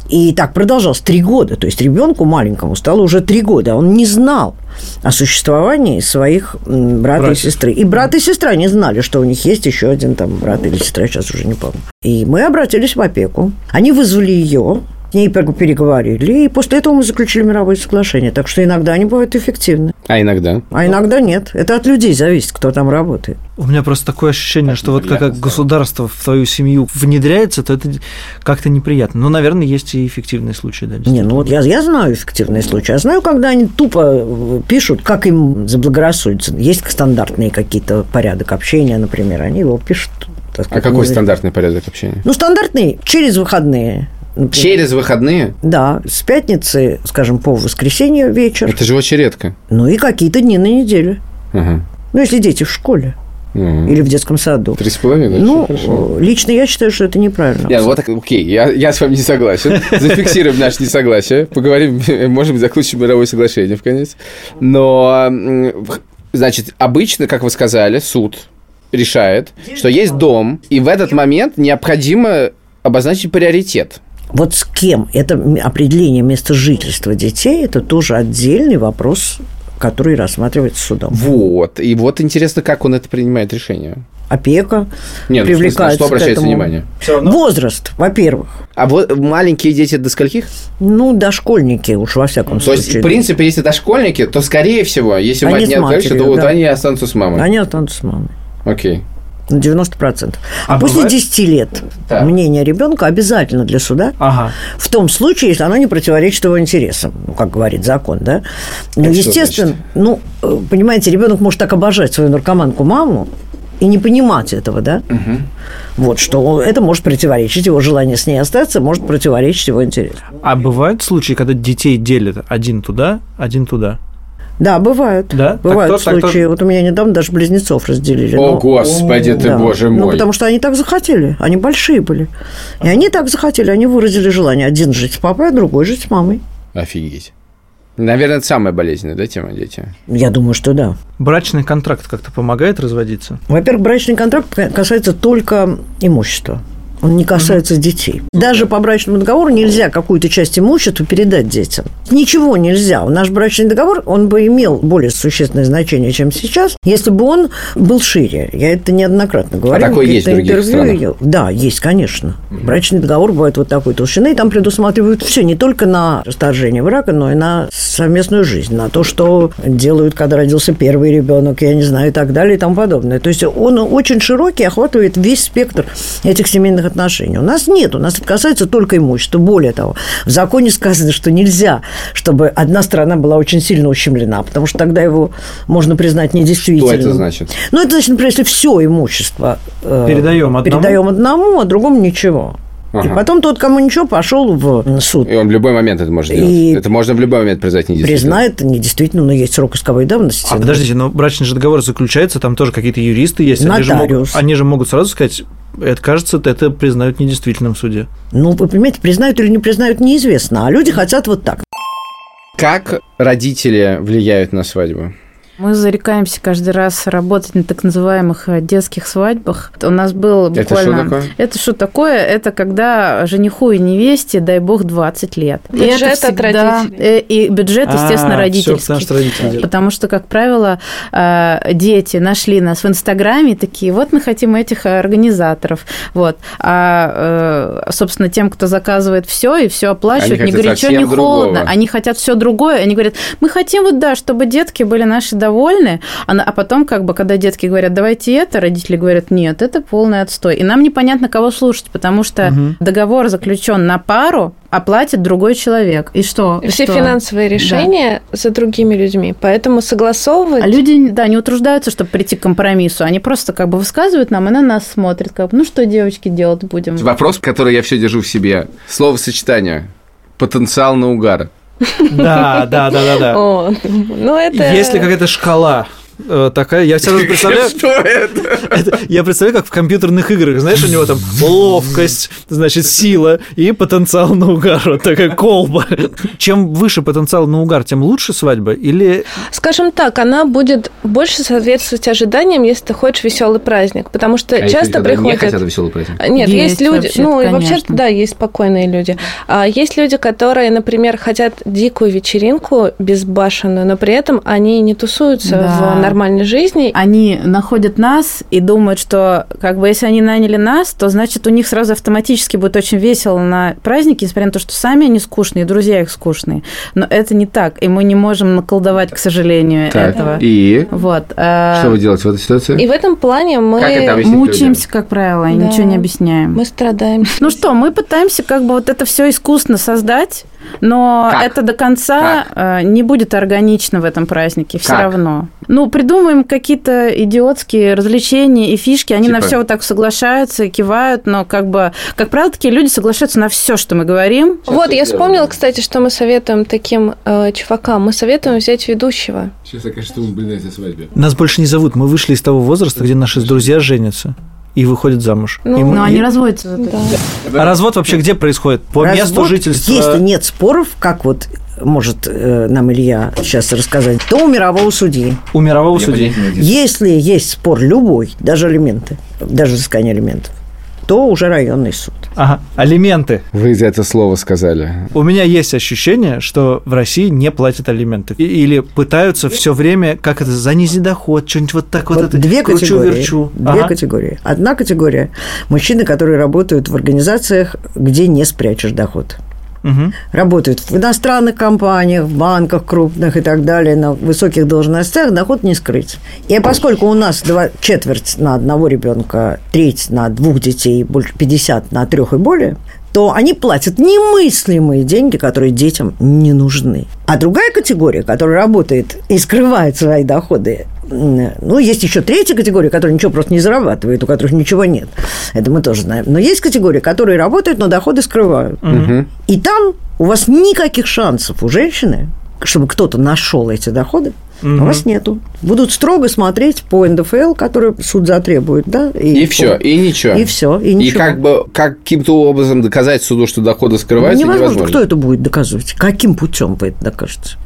Speaker 3: И так продолжалось три года. То есть ребенку маленькому стало уже три года. а Он не знал о существовании своих м, брата
Speaker 2: Братьев.
Speaker 3: и сестры. И брат и сестра не знали, что у них есть еще один там брат или сестра, я сейчас уже не помню. И мы обратились в опеку. Они вызвали ее, с ней пер- переговорили, и после этого мы заключили мировое соглашение. Так что иногда они бывают эффективны,
Speaker 1: А иногда?
Speaker 3: а иногда нет. Это от людей зависит, кто там работает.
Speaker 2: У меня просто такое ощущение, что вот как- как государство в твою семью внедряется, то это как-то неприятно. Но, наверное, есть и эффективные случаи, да.
Speaker 3: Не, ну вот я, я знаю эффективные случаи. Я знаю, когда они тупо э, пишут, как им заблагорассудится. Есть стандартные какие-то порядок общения, например, они его пишут. так
Speaker 1: А
Speaker 3: сказать, ну,
Speaker 1: какой
Speaker 3: не-
Speaker 1: стандартный порядок общения?
Speaker 3: Ну, стандартный через выходные. например.
Speaker 1: Через выходные?
Speaker 3: Да, с пятницы, скажем, по воскресенье вечер.
Speaker 1: Это же очень редко.
Speaker 3: Ну и какие-то дни на неделю.
Speaker 1: Ага.
Speaker 3: Ну, если дети в школе
Speaker 1: Ну,
Speaker 3: или в детском саду.
Speaker 1: Три с половиной?
Speaker 3: Ну,
Speaker 1: всё хорошо.
Speaker 3: э, лично я считаю, что это неправильно.
Speaker 1: Нет, ну вот так, окей, я, я с вами не согласен. Зафиксируем наше несогласие. Поговорим, может быть, заключим мировое соглашение в конец. Но, м, в- значит, обычно, как вы сказали, суд решает, что есть дом, и в этот момент необходимо обозначить приоритет.
Speaker 3: Вот с кем? Это м- определение места жительства детей, это тоже отдельный вопрос, который рассматривается судом.
Speaker 1: Вот. И вот интересно, как он это принимает решение.
Speaker 3: Опека
Speaker 1: Нет, ну, в смысле, на
Speaker 3: привлекается
Speaker 1: что
Speaker 3: к
Speaker 1: обращается
Speaker 3: этому.
Speaker 1: внимание?
Speaker 3: Возраст, во-первых.
Speaker 1: А вот маленькие дети до скольких?
Speaker 3: Ну, дошкольники уж во всяком
Speaker 1: То
Speaker 3: случае.
Speaker 1: есть, в принципе, если дошкольники, то, скорее всего, если
Speaker 3: Ну, Они
Speaker 1: мать не
Speaker 3: с
Speaker 1: откажется, то
Speaker 3: матерью,
Speaker 1: вот
Speaker 3: да.
Speaker 1: они останутся с мамой.
Speaker 3: Они останутся с мамой.
Speaker 1: Окей.
Speaker 3: На 90%. Ну, А,
Speaker 2: А
Speaker 3: после
Speaker 2: бывает-
Speaker 3: 10 лет
Speaker 1: Так.
Speaker 3: мнение ребенка обязательно для суда,
Speaker 2: Ага.
Speaker 3: в том случае, если оно не противоречит его интересам, ну, как говорит закон, да. Ну,
Speaker 1: Это что
Speaker 3: естественно, ну, э, понимаете, ребенок может так обожать свою наркоманку маму, и не понимать этого, да? Вот, что это может противоречить его желанию с ней остаться, может противоречить его интересу.
Speaker 2: А бывают случаи, когда детей делят один туда, один туда?
Speaker 3: Да, бывают.
Speaker 2: Да? Так
Speaker 3: Бывают
Speaker 2: кто- так кто-
Speaker 3: случаи. Вот у меня недавно даже близнецов разделили.
Speaker 1: О,
Speaker 3: но-
Speaker 1: господи ты,
Speaker 3: Да.
Speaker 1: боже
Speaker 3: Ну,
Speaker 1: мой.
Speaker 3: потому что они так захотели, они большие были. И они так захотели, они выразили желание один жить с папой, а другой жить с мамой.
Speaker 1: Офигеть. Наверное, это самая болезненная, да, тема дети?
Speaker 3: Я думаю, что да.
Speaker 2: Брачный контракт как-то помогает разводиться?
Speaker 3: Во-первых, брачный контракт ка- касается только имущества. Он не касается детей. Даже по брачному договору нельзя какую-то часть имущества передать детям. Ничего нельзя. Наш брачный договор, он бы имел более существенное значение, чем сейчас, если бы он был шире. Я это неоднократно говорила.
Speaker 1: такой
Speaker 3: в
Speaker 1: А есть в
Speaker 3: каких-то
Speaker 1: других странах?
Speaker 3: я- Да, есть, конечно. Брачный договор бывает вот такой толщины, и там предусматривают все, не только на расторжение брака, но и на совместную жизнь, на то, что делают, когда родился первый ребенок, я не знаю, и так далее, и тому подобное. То есть он очень широкий, охватывает весь спектр этих семейных отношений. У нас нет, у нас это касается только имущества. Более того, в законе сказано, что нельзя, чтобы одна сторона была очень сильно ущемлена, потому что тогда его можно признать
Speaker 1: Что
Speaker 3: недействительным.
Speaker 1: это значит?
Speaker 3: Ну, это значит, например, если все имущество э,
Speaker 2: Передаем одному?
Speaker 3: передаем одному, а другому ничего. И
Speaker 1: Ага.
Speaker 3: потом тот, кому ничего, пошел в суд.
Speaker 1: И он в любой момент это может
Speaker 3: И-
Speaker 1: делать. Это можно в любой момент признать недействительным.
Speaker 3: Признает недействительно, но есть срок исковой давности.
Speaker 2: А подождите, но брачный же договор заключается, там тоже какие-то юристы есть. Они же, могут,
Speaker 3: Нотариус.
Speaker 2: они же могут сразу сказать, это кажется, это признают недействительным в суде.
Speaker 3: Ну, вы понимаете, признают или не признают, неизвестно. А люди хотят вот так.
Speaker 1: Как родители влияют на свадьбу?
Speaker 4: Мы зарекаемся каждый раз работать на так называемых э, детских свадьбах. У нас был
Speaker 1: Это
Speaker 4: буквально...
Speaker 1: что такое?
Speaker 4: Это что такое? Это когда жениху и невесте, дай бог, 20 лет. И
Speaker 5: Бюджет
Speaker 4: это
Speaker 5: от родителей.
Speaker 4: э, И бюджет, естественно,
Speaker 2: А, всё,
Speaker 4: родительский.
Speaker 2: потому что родители делают.
Speaker 4: Потому что, как правило, э, дети нашли нас в Инстаграме и такие, вот мы хотим этих э, организаторов. Вот. А, э, собственно, тем, кто заказывает все и все оплачивает,
Speaker 1: Они
Speaker 4: не
Speaker 1: хотят
Speaker 4: горячо, не
Speaker 1: совсем
Speaker 4: холодно.
Speaker 1: другого.
Speaker 4: Они хотят все другое. Они говорят, мы хотим вот, да, чтобы детки были наши довольны. А, на- а потом, как бы, когда детки говорят, давайте это, родители говорят, нет, это полный отстой. И нам непонятно, кого слушать, потому что
Speaker 2: Мгм.
Speaker 4: договор заключен на пару, а платит другой человек. И что? И
Speaker 5: Все
Speaker 4: что?
Speaker 5: финансовые решения за другими людьми, поэтому согласовывать...
Speaker 4: А люди, да, не утруждаются, чтобы прийти к компромиссу. Они просто как бы высказывают нам, и на нас смотрят, как бы, ну что, девочки, делать будем?
Speaker 1: Вопрос, который я все держу в себе. Словосочетание. Потенциал на угар.
Speaker 2: Да, да, да, да, да.
Speaker 5: О, ну это...
Speaker 2: Если какая-то шкала э, такая, я всегда представляю,
Speaker 1: это?
Speaker 2: это- я представляю, как в компьютерных играх, знаешь, у него там ловкость, значит, сила и потенциал на угар, вот такая колба. Чем выше потенциал на угар, тем лучше свадьба? Или
Speaker 5: Скажем так, она будет больше соответствовать ожиданиям, если ты хочешь веселый праздник, потому что часто
Speaker 1: А Не
Speaker 5: приходят...
Speaker 1: хотят веселый праздник.
Speaker 5: Нет,
Speaker 4: Есть
Speaker 5: есть, люди,
Speaker 4: вообще-то,
Speaker 5: ну и вообще,
Speaker 4: конечно.
Speaker 5: да, есть спокойные люди. А есть люди, которые, например, хотят дикую вечеринку безбашенную, но при этом они не тусуются
Speaker 4: Да.
Speaker 5: в нормальной жизни.
Speaker 4: Они находят нас и думают, что как бы если они наняли нас, то значит у них сразу автоматически будет очень весело на празднике, несмотря на то, что сами они скучные, и друзья их скучные. Но это не так, и мы не можем наколдовать, к сожалению, этого.
Speaker 1: Так, и
Speaker 4: Вот. э,
Speaker 1: что вы делаете в этой ситуации?
Speaker 5: И в этом плане мы,
Speaker 1: Как это объяснить людям?
Speaker 4: мучаемся, как правило, и
Speaker 5: Да.
Speaker 4: ничего не объясняем.
Speaker 5: мы страдаем.
Speaker 4: Ну что, мы пытаемся как бы вот это все искусно создать, но
Speaker 1: Как?
Speaker 4: это до конца э, не будет органично в этом празднике все
Speaker 1: Как?
Speaker 4: равно. Ну, придумываем какие-то идиотские развлечения и фишки, они на
Speaker 1: Типа?
Speaker 4: все вот так соглашаются и кивают, но как бы, как правило, такие люди соглашаются на все, что мы говорим.
Speaker 1: Сейчас
Speaker 5: вот,
Speaker 1: я
Speaker 5: я
Speaker 1: сделаю.
Speaker 5: вспомнила, кстати, что мы советуем таким э, чувакам. Мы советуем взять ведущего.
Speaker 1: Сейчас я, конечно, думаю, блин, этой свадьбе.
Speaker 2: нас больше не зовут? Мы вышли из того возраста, где наши друзья женятся и выходят замуж.
Speaker 5: Ну,
Speaker 2: И мы-
Speaker 4: Но они
Speaker 2: и-
Speaker 4: разводятся. за это.
Speaker 5: Да.
Speaker 2: А развод вообще где происходит? По месту
Speaker 3: Развод,
Speaker 2: жительства?
Speaker 3: Если нет споров, как вот может э, нам Илья сейчас рассказать, то у мирового судьи.
Speaker 2: У мирового судьи.
Speaker 3: Если есть спор любой, даже алименты, даже взыскание алиментов, то уже районный суд.
Speaker 2: Ага, алименты.
Speaker 1: Вы за это слово сказали.
Speaker 2: У меня есть ощущение, что в России не платят алименты. И- Или пытаются все время, как это, занизить доход, что-нибудь вот так вот,
Speaker 3: Вот
Speaker 2: это,
Speaker 3: две категории.
Speaker 2: кручу-верчу.
Speaker 3: Две
Speaker 2: Ага.
Speaker 3: категории. Одна категория – мужчины, которые работают в организациях, где не спрячешь доход.
Speaker 2: Мгм.
Speaker 3: Работают в иностранных компаниях, в банках крупных и так далее, на высоких должностях, доход не скрыть. И поскольку у нас два- четверть на одного ребенка, треть на двух детей, больше 50 на трех и более, то они платят немыслимые деньги, которые детям не нужны. А другая категория, которая работает и скрывает свои доходы Ну, есть еще третья категория, которая ничего просто не зарабатывает, у которых ничего нет. Это мы тоже знаем. Но есть категория, которые работают, но доходы скрывают.
Speaker 1: Мгм.
Speaker 3: И там у вас никаких шансов у женщины, чтобы кто-то нашел эти доходы, а у вас нету. Будут строго смотреть по НДФЛ, который суд затребует, да?
Speaker 1: И все, и ничего.
Speaker 3: И все, и
Speaker 1: И
Speaker 3: ничего.
Speaker 1: как бы как каким-то образом доказать суду, что доходы скрываются,
Speaker 3: невозможно.
Speaker 1: невозможно.
Speaker 3: Кто это будет доказывать? Каким путем вы это докажете?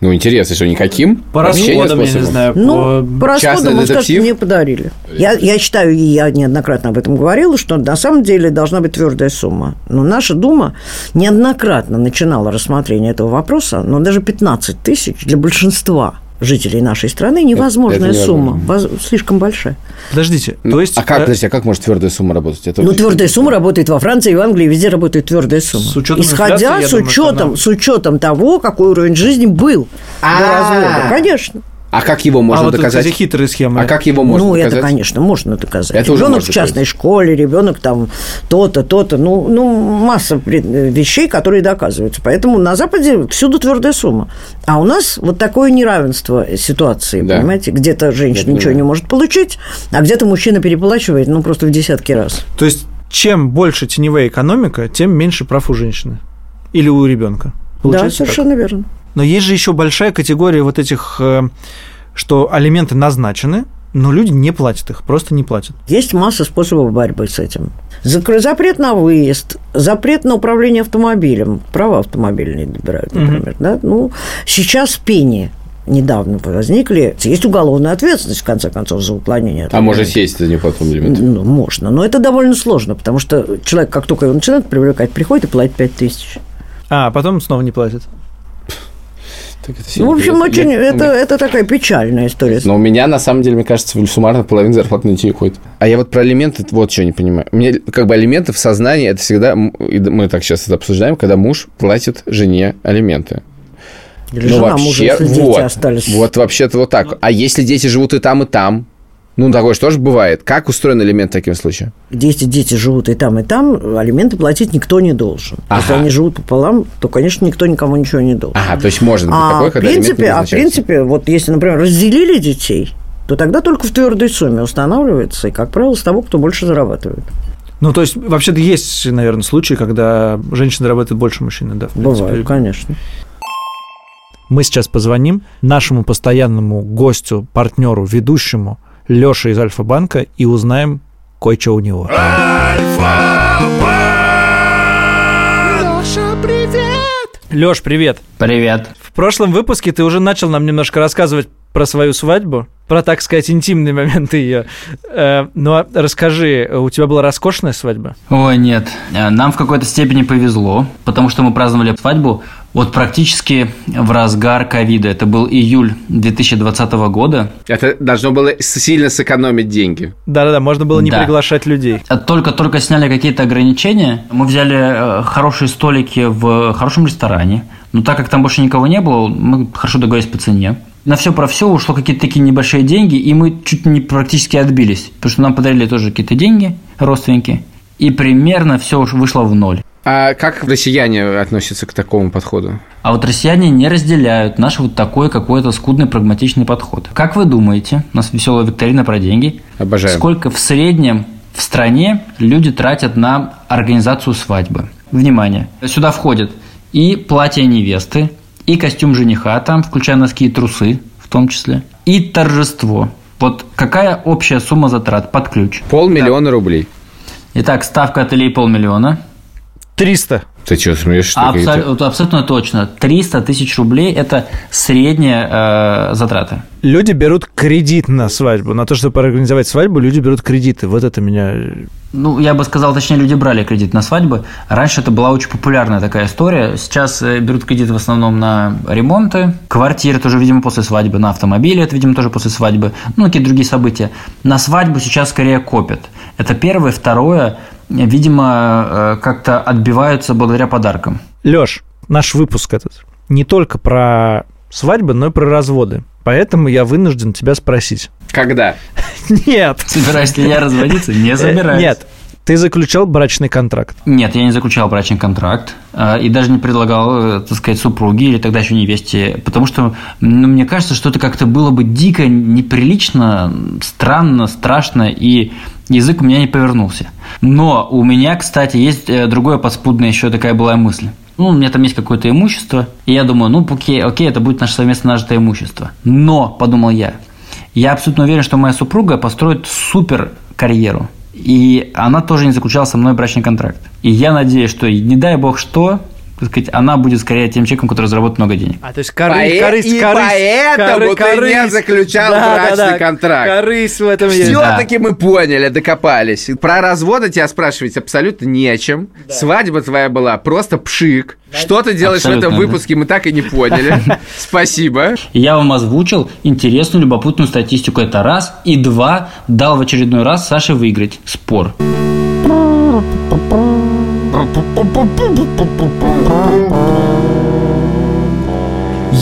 Speaker 1: Ну, интересно, что никаким?
Speaker 6: По
Speaker 1: Вообще нет
Speaker 6: расходам, я не
Speaker 1: способа.
Speaker 6: знаю.
Speaker 3: Ну,
Speaker 6: по-
Speaker 3: по расходам он скажет,
Speaker 1: детектив?
Speaker 3: мне подарили. Я, я считаю, и я неоднократно об этом говорила, что на самом деле должна быть твердая сумма. Но наша Дума неоднократно начинала рассмотрение этого вопроса, но даже 15 тысяч для большинства жителей нашей страны невозможная
Speaker 1: это невозможно.
Speaker 3: сумма, воз- слишком большая.
Speaker 2: Подождите,
Speaker 1: Ну,
Speaker 2: то есть...
Speaker 1: а как,
Speaker 2: э,
Speaker 1: подожди, а как может твердая сумма работать? Это
Speaker 3: Но
Speaker 1: очень-
Speaker 3: Ну, твердая сумма работает во Франции и в Англии, везде работает твердая сумма.
Speaker 6: С учетом
Speaker 3: Исходя
Speaker 6: инфляции, я
Speaker 3: с
Speaker 6: думаю, что
Speaker 3: учетом,
Speaker 6: она-
Speaker 3: с учетом того, какой уровень жизни был до
Speaker 6: А.
Speaker 3: развода, конечно.
Speaker 1: А как его можно
Speaker 2: а вот
Speaker 1: доказать?
Speaker 2: эти хитрые схемы.
Speaker 1: А как его можно
Speaker 3: ну,
Speaker 1: доказать?
Speaker 3: это, конечно, можно доказать.
Speaker 1: Это уже
Speaker 3: ребенок
Speaker 1: можно
Speaker 3: в частной школе, ребенок там то-то, то-то. Ну, ну, масса пред- вещей, которые доказываются. Поэтому на Западе всюду твердая сумма. А у нас вот такое неравенство ситуации,
Speaker 1: Да.
Speaker 3: понимаете? Где-то женщина
Speaker 1: Я
Speaker 3: ничего
Speaker 1: понимаю.
Speaker 3: не может получить, а где-то мужчина переплачивает, ну, просто в десятки раз.
Speaker 2: То есть, чем больше теневая экономика, тем меньше прав у женщины. Или у ребенка.
Speaker 3: да,
Speaker 2: Получается так?
Speaker 3: совершенно верно.
Speaker 2: Но есть же еще большая категория вот этих, э, что алименты назначены, но люди не платят их, просто не платят.
Speaker 3: Есть масса способов борьбы с этим. Закр- Запрет на выезд, запрет на управление автомобилем. Права автомобильные добирают, например. Да? Ну, сейчас пени недавно возникли. Есть уголовная ответственность, в конце концов, за уклонение. от
Speaker 1: А может
Speaker 3: алиментов.
Speaker 1: сесть за неуплату элемента?
Speaker 3: Ну, можно. Но это довольно сложно, потому что человек, как только его начинает привлекать, приходит и платит 5 тысяч.
Speaker 2: А потом снова не платят.
Speaker 1: Так это
Speaker 3: Ну, в общем,
Speaker 1: сильно
Speaker 3: очень,
Speaker 1: приятно. Я- Ну,
Speaker 3: это, это такая печальная история.
Speaker 1: Но у меня, на самом деле, мне кажется, в- суммарно половина зарплаты на детей уходит. А я вот про алименты вот что не понимаю. Мне как бы алименты в сознании, это всегда... м, и д- Мы так сейчас это обсуждаем, когда муж платит жене алименты.
Speaker 3: Или жена мужа, если дети
Speaker 1: Ну, вот,
Speaker 3: остались. Ну.
Speaker 1: Вот вообще-то вот так. А если дети живут и там, и там? Ну, такое же тоже бывает. Как устроен элемент в таком случае?
Speaker 3: где эти дети живут и там, и там, алименты платить никто не должен. Если
Speaker 1: Ага.
Speaker 3: они живут пополам, то, конечно, никто никому ничего не должен.
Speaker 1: Ага, то есть может быть
Speaker 3: а
Speaker 1: такое,
Speaker 3: в
Speaker 1: когда элемент не
Speaker 3: принципе, а в
Speaker 1: назначается.
Speaker 3: принципе, вот если, например, разделили детей, то тогда только в твердой сумме устанавливается, и, как правило, с того, кто больше зарабатывает.
Speaker 2: Ну, то есть, вообще-то есть, наверное, случаи, когда женщина работает больше мужчины, да? в принципе.
Speaker 3: Бывает, конечно.
Speaker 2: Мы сейчас позвоним нашему постоянному гостю, партнеру, ведущему Лёше из Альфа-банка и узнаем кое-что у него. Лёш, привет!
Speaker 7: Привет.
Speaker 2: В прошлом выпуске ты уже начал нам немножко рассказывать про свою свадьбу, про, так сказать, интимные моменты ее. Но а расскажи, у тебя была роскошная свадьба?
Speaker 7: Ой, нет. Э, Нам в какой-то степени повезло, потому что мы праздновали свадьбу вот практически в разгар ковида. Это был июль 2020 года.
Speaker 1: Это должно было с- сильно сэкономить деньги.
Speaker 2: Да-да-да, можно было не
Speaker 7: Да.
Speaker 2: приглашать людей.
Speaker 7: А Только-только сняли какие-то ограничения. Мы взяли э, хорошие столики в хорошем ресторане. Но так как там больше никого не было, мы хорошо договорились по цене. На все про все ушло какие-то такие небольшие деньги, и мы чуть не практически отбились, потому что нам подарили тоже какие-то деньги, родственники, и примерно все уж вышло в ноль.
Speaker 1: А как россияне относятся к такому подходу?
Speaker 7: А вот россияне не разделяют наш вот такой какой-то скудный прагматичный подход. Как вы думаете, у нас веселая викторина про деньги,
Speaker 1: Обожаю.
Speaker 7: сколько в среднем в стране люди тратят на организацию свадьбы? Внимание, сюда входят и платье невесты, и костюм жениха там, включая носки и трусы в том числе, и торжество. Вот какая общая сумма затрат под ключ?
Speaker 1: Полмиллиона рублей.
Speaker 7: Итак, ставка отелей полмиллиона.
Speaker 2: 300.
Speaker 1: Ты что, смотришь, что
Speaker 7: Абсо-
Speaker 1: какие-то-
Speaker 7: вот абсолютно точно. 300 тысяч рублей – это средняя э, затрата.
Speaker 2: Люди берут кредит на свадьбу. На то, чтобы организовать свадьбу, люди берут кредиты. Вот это меня...
Speaker 7: Ну, я бы сказал, точнее, люди брали кредит на свадьбы. Раньше это была очень популярная такая история. Сейчас э, берут кредит в основном на ремонты, квартиры тоже, видимо, после свадьбы, на автомобили, это, видимо, тоже после свадьбы, ну, какие-то другие события. На свадьбу сейчас скорее копят. Это первое. Второе, э, видимо, э, как-то отбиваются благодаря подаркам.
Speaker 2: Лёш, наш выпуск этот не только про свадьбы, но и про разводы. Поэтому я вынужден тебя спросить.
Speaker 1: Когда?
Speaker 3: А.
Speaker 2: Нет!
Speaker 7: Собираюсь ли я разводиться? Не собираюсь.
Speaker 2: Э, Нет. Ты заключал брачный контракт.
Speaker 7: Нет, я не заключал брачный контракт э, и даже не предлагал, э, так сказать, супруге или тогда еще невесте, потому что, ну, мне кажется, что это как-то было бы дико, неприлично, странно, страшно, и язык у меня не повернулся. Но у меня, кстати, есть э, другое подспудное еще такая была мысль. Ну, у меня там есть какое-то имущество, и я думаю, ну, окей, окей, это будет наше совместно нажитое имущество. Но, подумал я, я абсолютно уверен, что моя супруга построит супер карьеру. И она тоже не заключала со мной брачный контракт. И я надеюсь, что не дай бог что, так сказать, она будет скорее тем человеком, который заработает много денег.
Speaker 2: А, то есть
Speaker 1: Пое- и поэтому ты не заключал брачный контракт.
Speaker 2: Корысь в этом есть.
Speaker 1: Все-таки мы поняли, докопались. Про разводы тебя спрашивать абсолютно не о чем. Свадьба твоя была просто пшик. Что ты делаешь в
Speaker 7: Абсолютно,
Speaker 1: этом
Speaker 7: да.
Speaker 1: выпуске, мы так и не поняли. Спасибо.
Speaker 7: И я вам озвучил интересную, любопытную статистику. Это раз. И два. Дал в очередной раз Саше выиграть спор.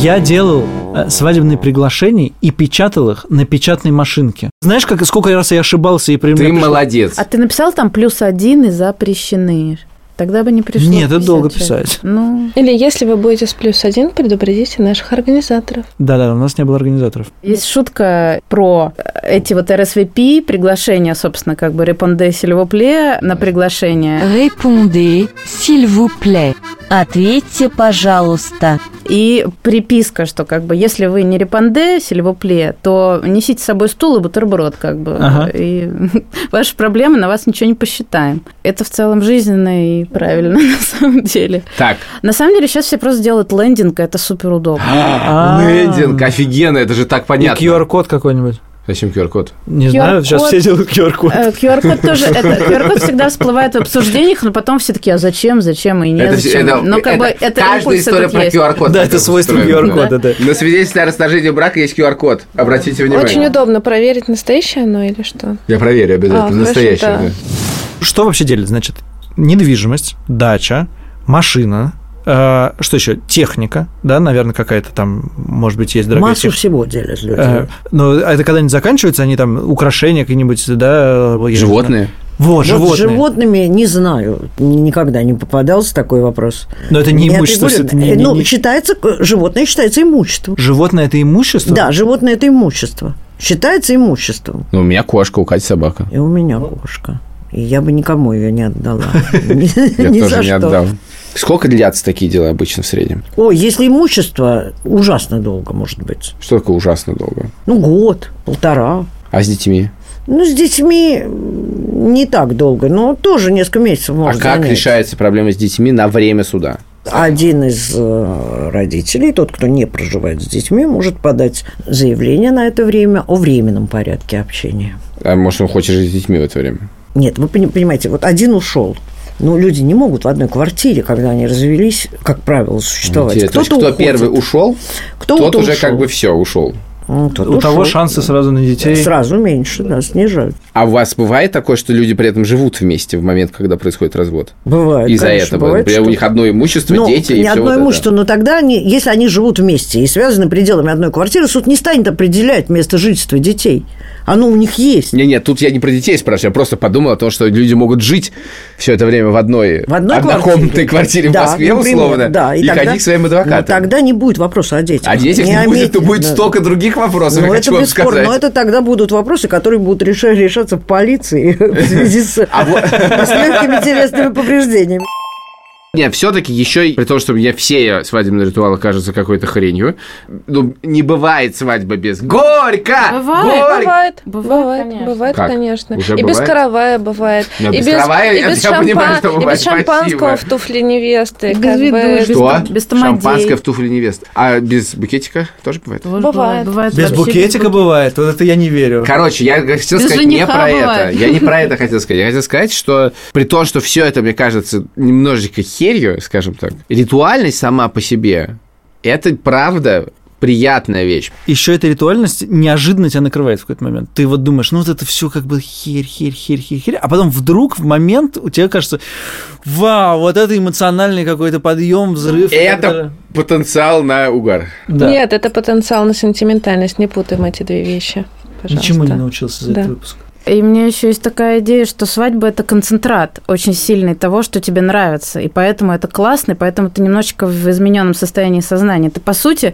Speaker 2: Я делал э, свадебные приглашения и печатал их на печатной машинке. Знаешь, как сколько раз я ошибался и при мне
Speaker 1: Ты
Speaker 2: пришло-
Speaker 1: молодец.
Speaker 4: А ты написал там плюс один и запрещены. Тогда бы не пришло.
Speaker 2: Нет, это
Speaker 4: 50
Speaker 2: долго
Speaker 4: человек.
Speaker 2: писать.
Speaker 4: Ну,
Speaker 5: Или если вы будете с плюс один, предупредите наших организаторов.
Speaker 2: Да-да, у нас не было организаторов.
Speaker 4: есть шутка про э, эти вот RSVP, приглашения, собственно, как бы репонде сильвопле на приглашение.
Speaker 8: Répondez, s'il vous plaît. Ответьте, пожалуйста.
Speaker 4: И приписка, что как бы если вы не репонде сильвопле, то несите с собой стул и бутерброд, как бы.
Speaker 2: Ага.
Speaker 4: И ваши проблемы на вас ничего не посчитаем. Это в целом жизненно и правильно на самом деле.
Speaker 1: Так,
Speaker 4: На самом деле сейчас все просто делают лендинг, и это супер удобно.
Speaker 2: А.
Speaker 1: лендинг, офигенно, это же так
Speaker 2: И
Speaker 1: понятно.
Speaker 2: QR-код какой-нибудь.
Speaker 1: Зачем QR-код?
Speaker 2: Не знаю, сейчас
Speaker 4: QR-код.
Speaker 2: все делают QR-код.
Speaker 4: Э, QR-код тоже, это, QR-код всегда всплывает в обсуждениях, но потом все такие, а зачем, зачем и не
Speaker 1: Это все-
Speaker 4: зачем.
Speaker 1: это-
Speaker 4: но как
Speaker 1: это
Speaker 4: бы это
Speaker 1: каждая
Speaker 4: импульс
Speaker 1: история
Speaker 4: этот
Speaker 1: про
Speaker 4: есть.
Speaker 1: QR-код.
Speaker 2: Да,
Speaker 1: так
Speaker 2: это свойство
Speaker 1: устроено.
Speaker 2: QR-кода, да.
Speaker 1: На свидетельстве о расторжении брака есть QR-код. Обратите внимание.
Speaker 5: Очень удобно проверить, настоящее оно или что.
Speaker 1: Я проверю обязательно.
Speaker 5: А, хорошо,
Speaker 1: Настоящее.
Speaker 5: да.
Speaker 1: да.
Speaker 2: Что вообще делит? Значит, недвижимость, дача, машина, э, что еще? Техника, да, наверное, какая-то там, может быть, есть дорогая
Speaker 3: Массу
Speaker 2: техника.
Speaker 3: всего делят люди.
Speaker 2: Э, Но это когда-нибудь заканчивается, они там украшения какие-нибудь, да? я не
Speaker 1: Животные.
Speaker 2: знаю. Во,
Speaker 3: Вот с
Speaker 2: животные.
Speaker 3: животными не знаю. Никогда не попадался такой вопрос.
Speaker 2: Но это не
Speaker 3: Я
Speaker 2: имущество.
Speaker 3: говорю,
Speaker 2: это не- не-
Speaker 3: ну,
Speaker 2: не-
Speaker 3: считается, э, животное считается имуществом.
Speaker 2: Животное – это имущество?
Speaker 3: Да, животное – это имущество. Считается имуществом.
Speaker 1: Ну, у меня кошка, у Кати собака.
Speaker 3: И у меня
Speaker 1: Ну.
Speaker 3: кошка. И я бы никому ее не отдала. Ни
Speaker 1: Я
Speaker 3: ни
Speaker 1: тоже
Speaker 3: за
Speaker 1: не
Speaker 3: что.
Speaker 1: отдал. Сколько длятся такие дела обычно в среднем?
Speaker 3: О, если имущество, ужасно долго, может быть.
Speaker 1: Что такое ужасно долго?
Speaker 3: Ну, год, полтора.
Speaker 1: А с детьми?
Speaker 3: Ну, с детьми м, не так долго, но тоже несколько месяцев
Speaker 1: А
Speaker 3: может
Speaker 1: как
Speaker 3: занять.
Speaker 1: решается проблема с детьми на время суда?
Speaker 3: Один из э, родителей, тот, кто не проживает с детьми, может подать заявление на это время о временном порядке общения.
Speaker 1: А может, он хочет жить с детьми в это время?
Speaker 3: Нет, вы пони- понимаете, вот один ушел. Но люди не могут в одной квартире, когда они развелись, как правило, существовать.
Speaker 1: Где- То есть, кто
Speaker 3: уходит,
Speaker 1: первый ушел,
Speaker 3: кто-то
Speaker 1: тот уже
Speaker 3: ушел.
Speaker 1: как бы все ушел.
Speaker 3: Ну, тот
Speaker 2: У того
Speaker 3: ушел.
Speaker 2: шансы сразу на детей.
Speaker 3: Сразу меньше, да, снижают.
Speaker 1: А у вас бывает такое, что люди при этом живут вместе в момент, когда происходит развод?
Speaker 3: Бывает,
Speaker 1: Из-за
Speaker 3: конечно,
Speaker 1: этого.
Speaker 3: бывает,
Speaker 1: Например, у
Speaker 3: что-
Speaker 1: них одно имущество,
Speaker 3: Ну,
Speaker 1: дети и
Speaker 3: не
Speaker 1: все
Speaker 3: одно
Speaker 1: вот это.
Speaker 3: имущество, но тогда они, если они живут вместе и связаны пределами одной квартиры, суд не станет определять место жительства детей. Оно у них есть.
Speaker 1: Не, нет, тут я не про детей спрашиваю, я просто подумал о том, что люди могут жить все это время в одной,
Speaker 3: В одной
Speaker 1: однокомнатной квартире, в
Speaker 3: Да,
Speaker 1: Москве,
Speaker 3: например,
Speaker 1: условно,
Speaker 3: да,
Speaker 1: и,
Speaker 3: тогда-
Speaker 1: ходить к своим адвокатам.
Speaker 3: Ну, тогда не будет вопроса о детях.
Speaker 1: А детей не,
Speaker 3: о
Speaker 1: будет, то
Speaker 3: мете,
Speaker 1: будет
Speaker 3: да.
Speaker 1: столько других вопросов, я
Speaker 3: Ну,
Speaker 1: хочу
Speaker 3: это
Speaker 1: вам
Speaker 3: бесспорно,
Speaker 1: сказать.
Speaker 3: но это тогда будут вопросы, которые будут реша- решаться в полиции в связи с
Speaker 1: А
Speaker 3: с легкими телесными повреждениями.
Speaker 1: Нет, все-таки еще, и- при том, что мне все свадебные ритуалы кажутся какой-то хренью, ну, не бывает свадьба без горько!
Speaker 4: Бывает,
Speaker 1: Горько!
Speaker 5: Бывает,
Speaker 4: Бывает,
Speaker 5: бывает,
Speaker 4: конечно.
Speaker 5: бывает,
Speaker 1: Как?
Speaker 5: конечно.
Speaker 1: Уже
Speaker 5: и без
Speaker 1: бывает?
Speaker 5: каравая бывает.
Speaker 1: Ну,
Speaker 5: и
Speaker 1: без
Speaker 5: без,
Speaker 1: каравая,
Speaker 5: и без,
Speaker 1: я понимаю, что
Speaker 5: и
Speaker 1: бывает.
Speaker 5: без шампанского
Speaker 1: Спасибо.
Speaker 5: в туфле невесты.
Speaker 4: Без
Speaker 5: как бы.
Speaker 4: виду, без-
Speaker 1: Что?
Speaker 4: без тамадей.
Speaker 1: Шампанское в туфли невесты. А без букетика тоже бывает?
Speaker 4: Бывает.
Speaker 5: Бывает.
Speaker 2: Без
Speaker 4: вообще
Speaker 2: букетика бывает, вот это я не верю.
Speaker 1: Короче, я хотел
Speaker 4: Без
Speaker 1: сказать не
Speaker 4: жениха
Speaker 1: про это.
Speaker 4: бывает.
Speaker 1: Я не про это хотел сказать. Я хотел сказать, что при том, что все это, мне кажется, немножечко херью, скажем так, ритуальность сама по себе, это правда приятная вещь.
Speaker 2: Еще эта ритуальность неожиданно тебя накрывает в какой-то момент. Ты вот думаешь, ну вот это все как бы херь, херь, херь, херь, херь. А потом вдруг в момент у тебя кажется, вау, вот это эмоциональный какой-то подъем, взрыв.
Speaker 1: Это потенциал на угар.
Speaker 2: Да.
Speaker 5: Нет, это потенциал на сентиментальность. Не путаем эти две вещи. Пожалуйста.
Speaker 2: Ничему не научился за
Speaker 5: Да.
Speaker 2: этот выпуск.
Speaker 4: И у меня еще есть такая идея, что свадьба – это концентрат очень сильный того, что тебе нравится. И поэтому это классно, и поэтому ты немножечко в измененном состоянии сознания. Ты, по сути,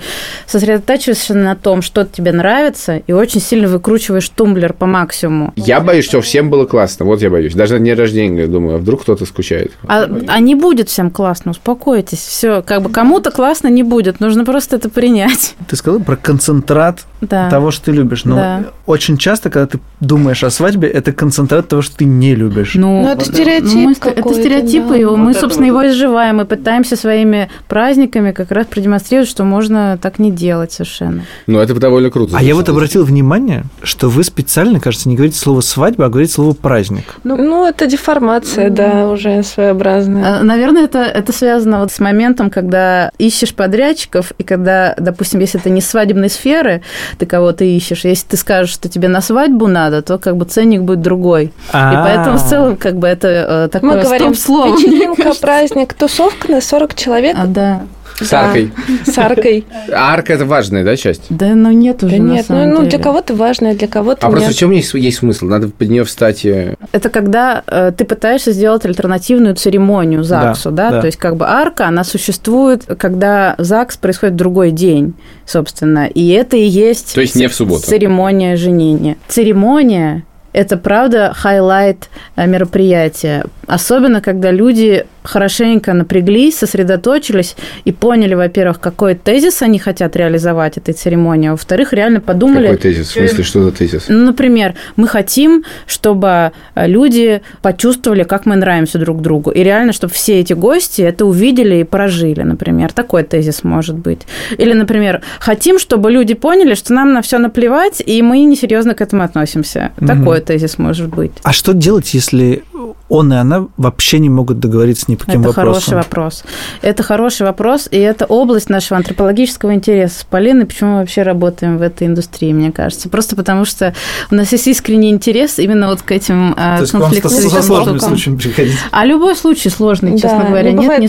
Speaker 4: сосредотачиваешься на том, что тебе нравится, и очень сильно выкручиваешь тумблер по максимуму.
Speaker 1: Я боюсь, что всем было классно. Вот я боюсь. Даже на дне рождения думаю, а вдруг кто-то скучает.
Speaker 4: А, а не будет всем классно, успокойтесь. Все, как бы кому-то классно не будет, нужно просто это принять.
Speaker 2: Ты сказал про концентрат
Speaker 4: Да.
Speaker 2: того, что ты любишь.
Speaker 6: ну,
Speaker 2: Но
Speaker 4: Да.
Speaker 2: очень часто, когда ты думаешь о свадьбе, это концентрат того, что ты не любишь.
Speaker 4: Ну,
Speaker 5: Ну, это стереотип
Speaker 4: мы- это
Speaker 5: какой-то,
Speaker 4: стереотипы,
Speaker 5: да.
Speaker 4: и мы,
Speaker 6: Вот это
Speaker 4: собственно,
Speaker 6: вот.
Speaker 4: его изживаем и пытаемся своими праздниками как раз продемонстрировать, что можно так не делать совершенно.
Speaker 1: Но это довольно круто.
Speaker 2: а я вот
Speaker 1: звучит.
Speaker 2: обратил внимание, что вы специально, кажется, не говорите слово свадьба, а говорите слово праздник.
Speaker 5: Ну, это деформация,
Speaker 1: Ну.
Speaker 5: да, уже своеобразная.
Speaker 4: А, Наверное, это, это связано вот с моментом, когда ищешь подрядчиков, и когда, допустим, если это не свадебной сферы, ты кого-то ищешь, если ты скажешь, что тебе на свадьбу надо, то как бы ценник будет другой. И поэтому
Speaker 2: А.
Speaker 4: в целом как бы это э, такое
Speaker 5: Мы говорим,
Speaker 4: стоп-слово. мне
Speaker 5: вечеринка,
Speaker 4: кажется.
Speaker 5: праздник, тусовка на 40 человек
Speaker 4: А, да.
Speaker 1: С аркой.
Speaker 5: с аркой.
Speaker 1: А арка – это важная, да, часть?
Speaker 4: Да, ну нет уже
Speaker 5: Да
Speaker 4: на
Speaker 5: нет, ну,
Speaker 4: самом
Speaker 5: ну,
Speaker 4: деле.
Speaker 5: для кого-то важно, а для кого-то
Speaker 1: А просто в
Speaker 5: нет.
Speaker 1: чем есть, есть смысл? Надо под нее встать и...
Speaker 4: Это когда э, ты пытаешься сделать альтернативную церемонию ЗАГСу, да,
Speaker 2: да.
Speaker 4: то есть как бы арка, она существует, когда ЗАГС происходит в другой день, собственно, и это и есть...
Speaker 1: То есть не в субботу.
Speaker 4: Церемония женения. Церемония – это, правда, хайлайт э, мероприятия. Особенно, когда люди хорошенько напряглись, сосредоточились и поняли, во-первых, какой тезис они хотят реализовать этой церемонии, а во-вторых, реально подумали,
Speaker 1: Какой тезис? В смысле, что за тезис?
Speaker 4: ну, например, мы хотим, чтобы э, люди почувствовали, как мы нравимся друг другу. И реально, чтобы все эти гости это увидели и прожили, например. Такой тезис может быть. Или, например, хотим, чтобы люди поняли, что нам на все наплевать, и мы несерьезно к этому относимся.
Speaker 2: Мгм.
Speaker 4: Такой тезис может быть.
Speaker 2: А что делать, если он и она вообще не могут договориться ни по каким
Speaker 4: это
Speaker 2: вопросам?
Speaker 4: хороший вопрос. Это хороший вопрос, и это область нашего антропологического интереса. С Полиной почему мы вообще работаем в этой индустрии, мне кажется? Просто потому что у нас есть искренний интерес именно вот к этим а,
Speaker 6: То есть к вам
Speaker 5: Ну,
Speaker 6: со-
Speaker 4: конфликтным
Speaker 6: со сложными
Speaker 4: штукам.
Speaker 6: случаями приходить.
Speaker 4: А любой случай сложный, Ну, честно
Speaker 5: Да,
Speaker 4: говоря.
Speaker 5: не
Speaker 4: Нет,
Speaker 5: бывает
Speaker 4: не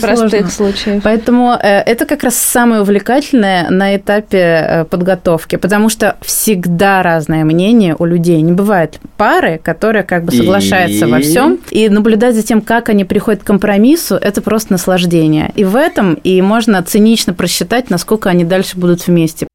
Speaker 4: сложно.
Speaker 5: простых случаев.
Speaker 4: Поэтому э, это как раз самое увлекательное на этапе э, подготовки, потому что всегда разное мнение у людей. Не бывает пары, которая как бы соглашается во
Speaker 1: И?
Speaker 4: всем, и наблюдать за тем, как они приходят к компромиссу, это просто наслаждение. И в этом и можно цинично просчитать, насколько они дальше будут вместе.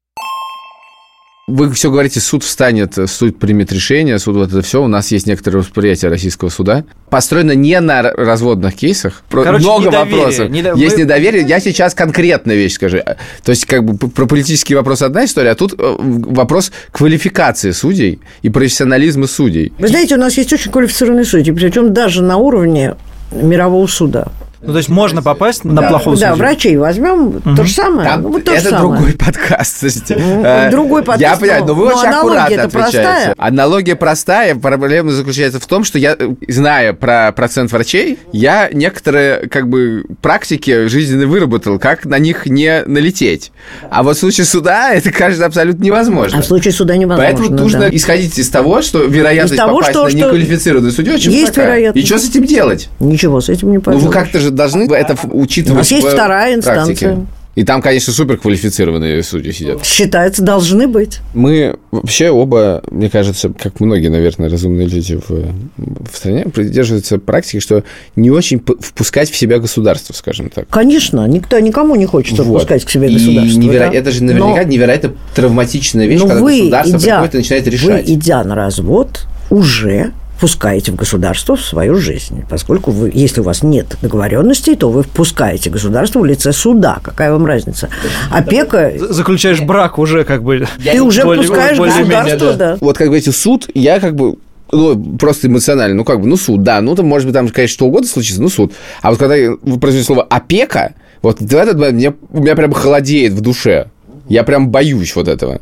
Speaker 1: Вы все говорите, суд встанет, суд примет решение, суд вот это все. У нас есть некоторые восприятия российского суда. Построено не на р- разводных кейсах. Про-
Speaker 6: Короче,
Speaker 1: много
Speaker 6: недоверие.
Speaker 1: вопросов.
Speaker 6: Недо-
Speaker 1: Есть
Speaker 6: вы-
Speaker 1: недоверие. Я сейчас конкретную вещь скажу. А, То есть, как бы п- про политический вопрос одна история, а тут э, в- вопрос квалификации судей и профессионализма судей.
Speaker 3: Вы знаете, у нас есть очень квалифицированные судьи, причем даже на уровне мирового суда.
Speaker 2: Ну, то есть можно попасть на
Speaker 1: Да,
Speaker 2: плохого
Speaker 3: да,
Speaker 2: судью.
Speaker 3: врачей возьмем, то же самое.
Speaker 1: Там
Speaker 3: ну, вот то же
Speaker 1: это
Speaker 3: самое.
Speaker 1: другой подкаст, слушайте.
Speaker 3: Ну,
Speaker 1: Э,
Speaker 3: другой
Speaker 1: Я
Speaker 3: подкаст,
Speaker 1: понимаю, но
Speaker 3: но-
Speaker 1: вы
Speaker 3: но
Speaker 1: очень аккуратно
Speaker 3: ну, аналогия-то
Speaker 1: отвечаете.
Speaker 3: простая.
Speaker 1: Аналогия простая. Проблема заключается в том, что я, э, зная про процент врачей, я некоторые как бы практики жизненно выработал, как на них не налететь. А вот в случае суда это кажется абсолютно невозможно.
Speaker 3: А в случае суда невозможно.
Speaker 1: Поэтому нужно
Speaker 3: да.
Speaker 1: исходить из того, что вероятность
Speaker 3: Из того,
Speaker 1: попасть
Speaker 3: что-
Speaker 1: на
Speaker 3: что
Speaker 1: неквалифицированную судью очень
Speaker 3: есть
Speaker 1: высока.
Speaker 3: вероятность.
Speaker 1: И что с этим делать?
Speaker 3: Ничего с этим не
Speaker 1: Ну, вы
Speaker 3: поделаешь.
Speaker 1: как-то же должны это ф-
Speaker 3: У
Speaker 1: учитывать.
Speaker 3: нас есть
Speaker 1: в
Speaker 3: вторая
Speaker 1: практике.
Speaker 3: инстанция.
Speaker 1: И там, конечно, суперквалифицированные судьи сидят.
Speaker 3: Считается, должны быть.
Speaker 1: Мы вообще оба, мне кажется, как многие, наверное, разумные люди в, в стране, придерживаются практики, что не очень п- впускать в себя государство, скажем так.
Speaker 3: Конечно, никто никому не хочет
Speaker 1: Вот.
Speaker 3: отпускать к себе
Speaker 1: И
Speaker 3: государство.
Speaker 1: неверо-
Speaker 3: да.
Speaker 1: Это же
Speaker 3: Но-
Speaker 1: наверняка невероятно травматичная вещь,
Speaker 3: но
Speaker 1: когда
Speaker 3: вы,
Speaker 1: государство
Speaker 3: идя,
Speaker 1: приходит и начинает
Speaker 3: вы,
Speaker 1: решать.
Speaker 3: идя на развод, уже впускаете в государство в свою жизнь, поскольку вы, если у вас нет договоренностей, то вы впускаете государство в лице суда. Какая вам разница? Опека,
Speaker 2: З-
Speaker 3: Э.
Speaker 2: Заключаешь брак уже как бы.
Speaker 3: ты уже
Speaker 2: более-
Speaker 3: впускаешь
Speaker 2: более-менее,
Speaker 3: государство, да.
Speaker 1: Вот как говорите, суд, я как бы ну, просто эмоционально, ну, как бы, ну, суд, да, ну, там, может быть, там, конечно, что угодно случится, ну, суд. А вот когда вы произнесли слово «опека», вот в этот момент мне- у меня прям холодеет в душе. Я прям боюсь вот этого.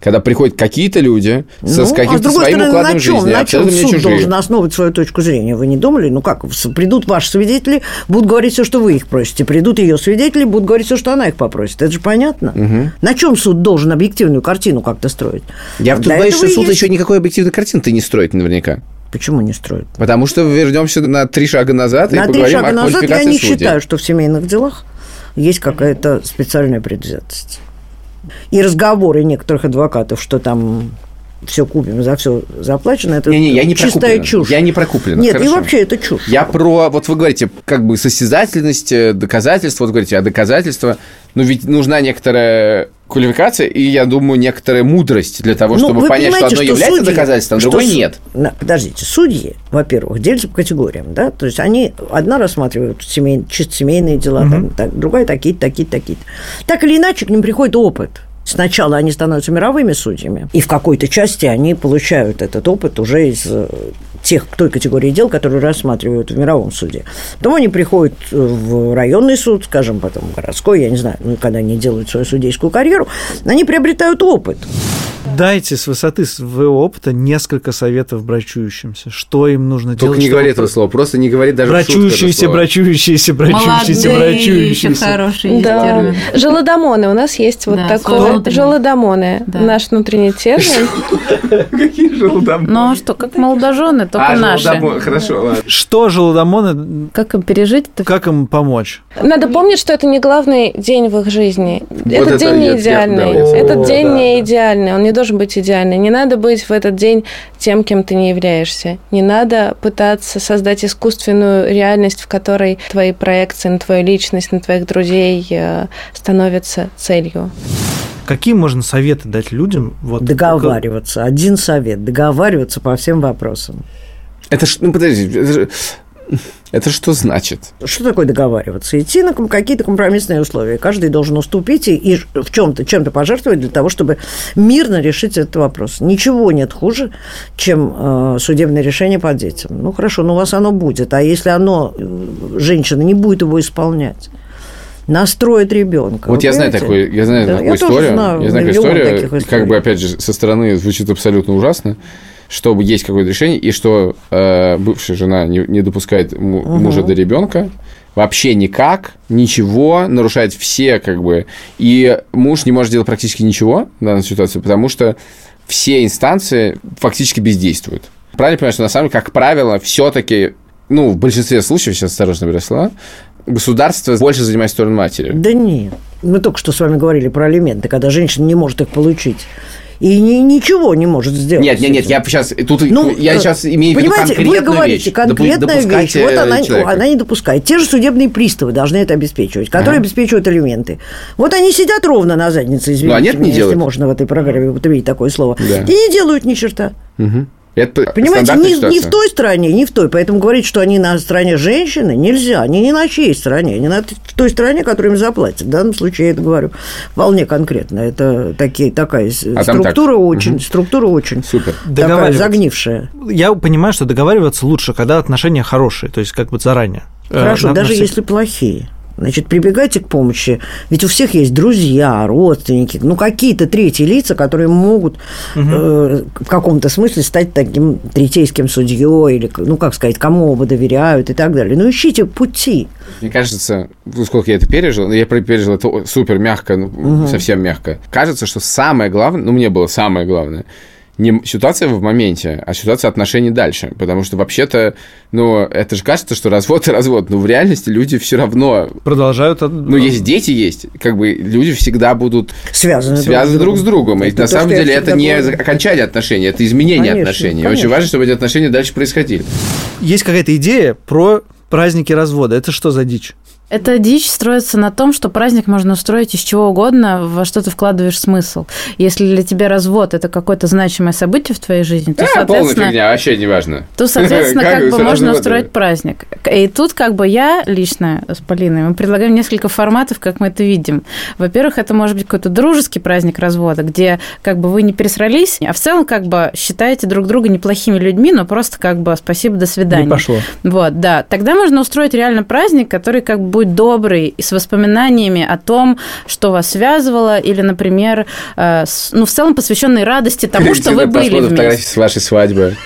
Speaker 1: Когда приходят какие-то люди со-
Speaker 3: Ну,
Speaker 1: с
Speaker 3: а с
Speaker 1: каким-то
Speaker 3: другой
Speaker 1: своим
Speaker 3: стороны,
Speaker 1: укладом
Speaker 3: на чем,
Speaker 1: жизни,
Speaker 3: на чем
Speaker 1: абсолютно мне
Speaker 3: суд
Speaker 1: чужие.
Speaker 3: должен основывать свою точку зрения? Вы не думали? Ну как, с- придут ваши свидетели, будут говорить все, что вы их просите. Придут ее свидетели, будут говорить все, что она их попросит. Это же понятно. На чем суд должен объективную картину как-то строить?
Speaker 1: Я тут
Speaker 3: Для
Speaker 1: боюсь, что
Speaker 3: этого и
Speaker 1: суд
Speaker 3: есть-
Speaker 1: еще никакой объективной картины не строит наверняка.
Speaker 3: Почему не строит?
Speaker 1: Потому что вернемся на три шага назад и
Speaker 3: На три
Speaker 1: поговорим
Speaker 3: шага
Speaker 1: о
Speaker 3: назад я
Speaker 1: квалификации
Speaker 3: не
Speaker 1: судей.
Speaker 3: считаю, что в семейных делах есть какая-то специальная предвзятость. И разговоры некоторых адвокатов, что там все купим, за все заплачено, это
Speaker 1: Не-не, я не про
Speaker 3: чистая
Speaker 1: куплено.
Speaker 3: чушь.
Speaker 1: Я не про куплено,
Speaker 3: Нет, и
Speaker 1: хорошо.
Speaker 3: вообще это чушь.
Speaker 1: Я про, вот вы говорите, как бы состязательность, э, доказательство, вот говорите, а доказательство, ну ведь нужна некоторая квалификация и, я думаю, некоторая мудрость для того,
Speaker 3: Ну,
Speaker 1: чтобы
Speaker 3: вы
Speaker 1: понять, что
Speaker 3: понимаете,
Speaker 1: одно является
Speaker 3: судьи-
Speaker 1: доказательством, а
Speaker 3: что
Speaker 1: другое
Speaker 3: су-
Speaker 1: нет.
Speaker 3: На- подождите, судьи, во-первых, делятся по категориям, да, то есть они одна рассматривают семей- чисто семейные дела, там, так, другая такие-то, такие-то, такие-то. Так или иначе, к ним приходит опыт. Сначала они становятся мировыми судьями, и в какой-то части они получают этот опыт уже из э, тех, той категории дел, которые рассматривают в мировом суде. Потом они приходят э, в районный суд, скажем, потом в городской, я не знаю, ну, когда они делают свою судейскую карьеру, они приобретают опыт.
Speaker 2: Дайте с высоты своего опыта несколько советов брачующимся. Что им нужно делать?
Speaker 1: Только не
Speaker 2: чтобы-
Speaker 1: говори этого слова, просто не говори даже в шутку этого
Speaker 2: Брачующиеся,
Speaker 1: слова.
Speaker 2: брачующиеся, брачующиеся,
Speaker 4: Молодые, еще
Speaker 2: брачующиеся.
Speaker 4: хороший есть термин.
Speaker 5: Желудомоны. У нас есть вот
Speaker 4: Да, слово
Speaker 5: такое.
Speaker 4: внутреннее.
Speaker 5: Желудомоны.
Speaker 4: Да.
Speaker 5: Наш внутренний термин.
Speaker 1: Какие же лудоморы?
Speaker 4: Ну а что, как молодожены, только
Speaker 1: А, же
Speaker 4: наши.
Speaker 1: лудоморы, Хорошо, ладно.
Speaker 2: Что желудомоны,
Speaker 4: Как им пережить это?
Speaker 2: как им помочь?
Speaker 5: Надо помнить, что это не главный день в их жизни. этот
Speaker 1: это
Speaker 5: день
Speaker 1: я-
Speaker 5: не
Speaker 1: я-
Speaker 5: идеальный.
Speaker 1: да, я-
Speaker 5: этот
Speaker 6: О,
Speaker 5: день
Speaker 6: да,
Speaker 5: не
Speaker 6: да.
Speaker 5: идеальный. Он не должен быть идеальный. Не надо быть в этот день тем, кем ты не являешься. Не надо пытаться создать искусственную реальность, в которой твои проекции на твою личность, на твоих друзей э, становятся целью.
Speaker 2: Какие можно советы дать людям? Вот,
Speaker 3: Договариваться. Один совет. Договариваться по всем вопросам.
Speaker 1: Это ж, ну подожди, это, же- это что значит?
Speaker 3: Что такое договариваться? Идти на ком- какие-то компромиссные условия. Каждый должен уступить и, и ж- в чем-то, чем-то пожертвовать для того, чтобы мирно решить этот вопрос. Ничего нет хуже, чем э, судебное решение по детям. Ну хорошо, но у вас оно будет. А если оно, э, женщина не будет его исполнять? Настроит ребенка.
Speaker 1: Вот я знаю такую, я знаю
Speaker 3: Да,
Speaker 1: такую
Speaker 3: я тоже
Speaker 1: историю.
Speaker 3: знаю
Speaker 1: я знаю такую
Speaker 3: миллион
Speaker 1: историю,
Speaker 3: таких историй.
Speaker 1: как бы опять же со стороны звучит абсолютно ужасно, что есть какое-то решение и что э, бывшая жена не, не допускает му- мужа до ребенка вообще никак, ничего, нарушает все как бы, и муж не может делать практически ничего в данной ситуации, потому что все инстанции фактически бездействуют. Правильно понимаешь, что на самом деле, как правило, все-таки, ну, в большинстве случаев, сейчас осторожно беру слова, государство больше занимается стороной матери.
Speaker 3: Да нет. Мы только что с вами говорили про алименты, когда женщина не может их получить. И ни- ничего не может сделать.
Speaker 1: Нет, нет, нет,
Speaker 3: с этим.
Speaker 1: я сейчас тут я
Speaker 3: э,
Speaker 1: сейчас имею в виду
Speaker 3: понимаете,
Speaker 1: конкретную
Speaker 3: вы говорите
Speaker 1: вещь.
Speaker 3: конкретная
Speaker 1: Допу- допускать,
Speaker 3: вещь. Вот
Speaker 1: э,
Speaker 3: она,
Speaker 1: человека.
Speaker 3: она не допускает. Те же судебные приставы должны это обеспечивать, которые
Speaker 1: Ага.
Speaker 3: обеспечивают элементы. Вот они сидят ровно на заднице, извините
Speaker 1: они это Ну, а не
Speaker 3: меня, если
Speaker 1: делают.
Speaker 3: можно в этой программе употребить такое слово.
Speaker 1: Да.
Speaker 3: И не делают ни черта.
Speaker 1: Мгм. Это
Speaker 3: Понимаете,
Speaker 1: стандартная
Speaker 3: ни, ни в
Speaker 1: ситуация.
Speaker 3: той стране, ни в той. Поэтому говорить, что они на стороне женщины, нельзя. Они не на чьей стороне, они на т- той стороне, которую им заплатят. В данном случае я это говорю вполне конкретно. Это такие, такая с-
Speaker 1: А там
Speaker 3: структура
Speaker 1: так.
Speaker 3: очень,
Speaker 1: Мгм.
Speaker 3: структура очень
Speaker 1: Супер.
Speaker 3: такая
Speaker 2: Договариваться.
Speaker 3: загнившая.
Speaker 2: Я понимаю, что договариваться лучше, когда отношения хорошие, то есть как бы заранее. Э,
Speaker 3: Хорошо,
Speaker 2: на- на
Speaker 3: даже
Speaker 2: все-
Speaker 3: если плохие. Значит, прибегайте к помощи. Ведь у всех есть друзья, родственники, ну, какие-то третьи лица, которые могут э, в каком-то смысле стать таким третейским судьей, или, ну, как сказать, кому оба доверяют и так далее. Ну, ищите пути.
Speaker 1: Мне кажется, ну, сколько я это пережил, но я пре- пережил это о- супер мягко, ну, совсем мягко. Кажется, что самое главное, ну, мне было самое главное, не м- ситуация в моменте, а ситуация отношений дальше. Потому что вообще-то, ну, это же кажется, что развод и развод. Но в реальности люди все равно...
Speaker 2: Продолжают...
Speaker 1: Ну, если дети есть, как бы люди всегда будут
Speaker 3: Связаны,
Speaker 1: связаны друг с другом. И
Speaker 3: Это
Speaker 1: на
Speaker 3: то,
Speaker 1: самом
Speaker 3: что я
Speaker 1: деле это
Speaker 3: всегда
Speaker 1: не
Speaker 3: говорю.
Speaker 1: окончание отношений, это изменение
Speaker 3: Конечно,
Speaker 1: отношений. И
Speaker 3: конечно.
Speaker 1: Очень важно, чтобы эти отношения дальше происходили.
Speaker 2: Есть какая-то идея про праздники развода. Это что за дичь?
Speaker 4: Эта дичь строится на том, что праздник можно устроить из чего угодно, во что ты вкладываешь смысл. Если для тебя развод – это какое-то значимое событие в твоей жизни, то,
Speaker 1: Да, полная
Speaker 4: соответственно,
Speaker 1: фигня, вообще не важно.
Speaker 4: то, соответственно,
Speaker 1: Как
Speaker 4: как бы
Speaker 1: сразу
Speaker 4: можно
Speaker 1: вот
Speaker 4: устроить
Speaker 1: это.
Speaker 4: праздник. И тут как бы я лично с Полиной, мы предлагаем несколько форматов, как мы это видим. Во-первых, это может быть какой-то дружеский праздник развода, где как бы вы не пересрались, а в целом как бы считаете друг друга неплохими людьми, но просто как бы спасибо, до свидания.
Speaker 2: Не пошло.
Speaker 4: Вот, да. Тогда можно устроить реально праздник, который как бы будет добрый, и с воспоминаниями о том, что вас связывало, или, например, э, с- ну, в целом посвященный радости тому, что вы
Speaker 1: Просмотр
Speaker 4: были
Speaker 1: фотографий
Speaker 4: вместе.
Speaker 1: с вашей свадьбы.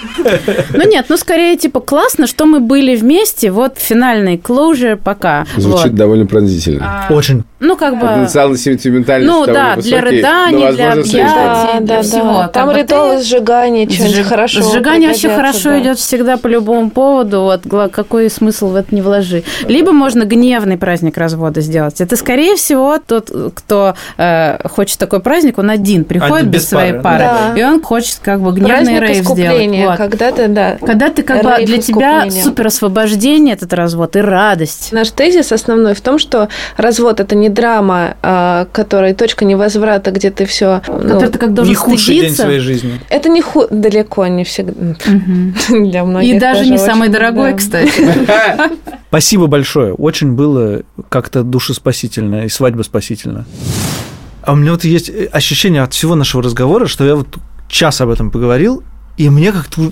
Speaker 4: Ну, нет, ну, скорее, типа, классно, что мы были вместе, вот финальный closure пока.
Speaker 1: Звучит
Speaker 4: Вот.
Speaker 2: А.
Speaker 1: довольно пронзительно.
Speaker 2: Очень.
Speaker 4: Ну, как бы...
Speaker 1: Потенциал на сентиментальность
Speaker 4: Ну
Speaker 1: довольно
Speaker 4: да, для
Speaker 1: высокий, но,
Speaker 4: рыданий, для
Speaker 1: возможно, слишком.
Speaker 4: объятий,
Speaker 5: Да,
Speaker 4: для
Speaker 5: да,
Speaker 4: всего.
Speaker 5: да.
Speaker 4: Как
Speaker 5: Там
Speaker 4: бы ты-
Speaker 5: ритуалы сжигания чего-нибудь
Speaker 4: Сжи-
Speaker 5: хорошо.
Speaker 4: Сжигание вообще
Speaker 5: пригодятся,
Speaker 4: хорошо
Speaker 5: да.
Speaker 4: идет всегда по любому поводу. Вот гла- какой смысл в это не вложи. Либо можно гневный праздник развода сделать. Это, скорее всего, тот, кто э, хочет такой праздник, он один приходит
Speaker 6: Один,
Speaker 4: без,
Speaker 6: без
Speaker 4: своей
Speaker 6: пары,
Speaker 4: пары.
Speaker 5: да.
Speaker 4: И он хочет как бы гневный
Speaker 5: Праздник
Speaker 4: рейв сделать.
Speaker 5: искупления.
Speaker 4: Вот.
Speaker 5: Когда-то, да.
Speaker 4: Когда ты как бы
Speaker 5: Рейв
Speaker 4: для тебя
Speaker 5: искупления.
Speaker 4: супер освобождение этот развод и радость.
Speaker 5: Наш тезис основной в том, что развод это не драма, а, которая точка невозврата, где ты все.
Speaker 4: который ты как должен
Speaker 6: Не худший день
Speaker 4: стыдиться.
Speaker 6: своей жизни.
Speaker 5: это не ху... далеко не всегда
Speaker 4: Мгм.
Speaker 5: для многих.
Speaker 4: И даже не
Speaker 5: очень,
Speaker 4: самый дорогой,
Speaker 5: да.
Speaker 4: кстати.
Speaker 2: Спасибо большое. Очень было как-то душеспасительно и свадьба спасительно. А у меня вот есть э, ощущение от всего нашего разговора, что я вот час об этом поговорил, и мне как-то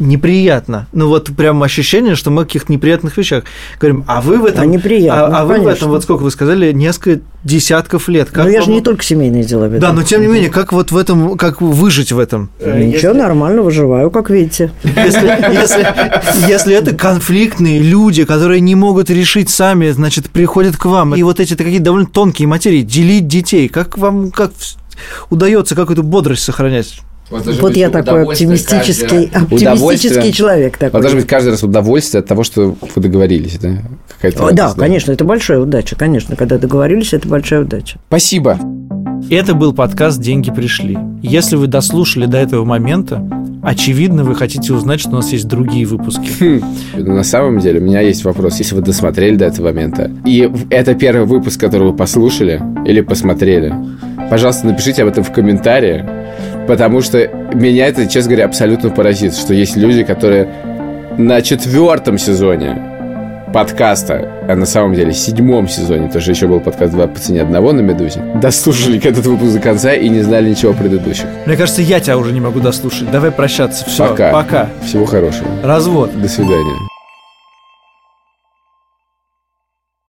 Speaker 2: неприятно. Ну вот прям ощущение, что мы о каких-то неприятных вещах говорим. А вы в
Speaker 3: А
Speaker 2: этом...
Speaker 3: неприятно,
Speaker 2: а, а вы в
Speaker 3: конечно.
Speaker 2: этом, вот сколько вы сказали, несколько десятков лет. Как
Speaker 3: Но я же
Speaker 2: вам-
Speaker 3: не только семейные дела веду.
Speaker 2: Да, но тем не менее, э, как вот в этом, как выжить в этом?
Speaker 3: Ничего, нормально выживаю, как видите.
Speaker 2: Если, если- если это конфликтные люди, которые не могут решить сами, значит, приходят к вам. И вот эти какие-то довольно тонкие материи, делить детей. Как вам как вс- удается какую-то бодрость сохранять?
Speaker 3: вот я такой оптимистический, оптимистический
Speaker 1: Удовольствие.
Speaker 3: человек такой.
Speaker 1: Вот должно быть каждый раз удовольствие от того, что вы договорились, да? Какая-то
Speaker 3: О, да,
Speaker 1: радость,
Speaker 3: конечно, это большая удача, конечно. Когда договорились, это большая удача.
Speaker 1: Спасибо.
Speaker 2: Это был подкаст «Деньги пришли». Если вы дослушали до этого момента, очевидно, вы хотите узнать, что у нас есть другие
Speaker 1: Но
Speaker 2: выпуски.
Speaker 1: Ну, на самом деле у меня есть вопрос, если вы досмотрели до этого момента, и в- это первый выпуск, который вы послушали или посмотрели, пожалуйста, напишите об этом в комментарии, потому что меня это, честно говоря, абсолютно поразит, что есть люди, которые на четвертом сезоне подкаста, а на самом деле седьмом сезоне, потому что еще был подкаст «Два по цене одного» на «Медузе», дослушали этот выпуск до конца и не знали ничего о предыдущих.
Speaker 2: Мне кажется, я тебя уже не могу дослушать. Давай прощаться. Все,
Speaker 1: Пока.
Speaker 2: пока.
Speaker 1: Всего хорошего.
Speaker 2: Развод.
Speaker 1: До свидания.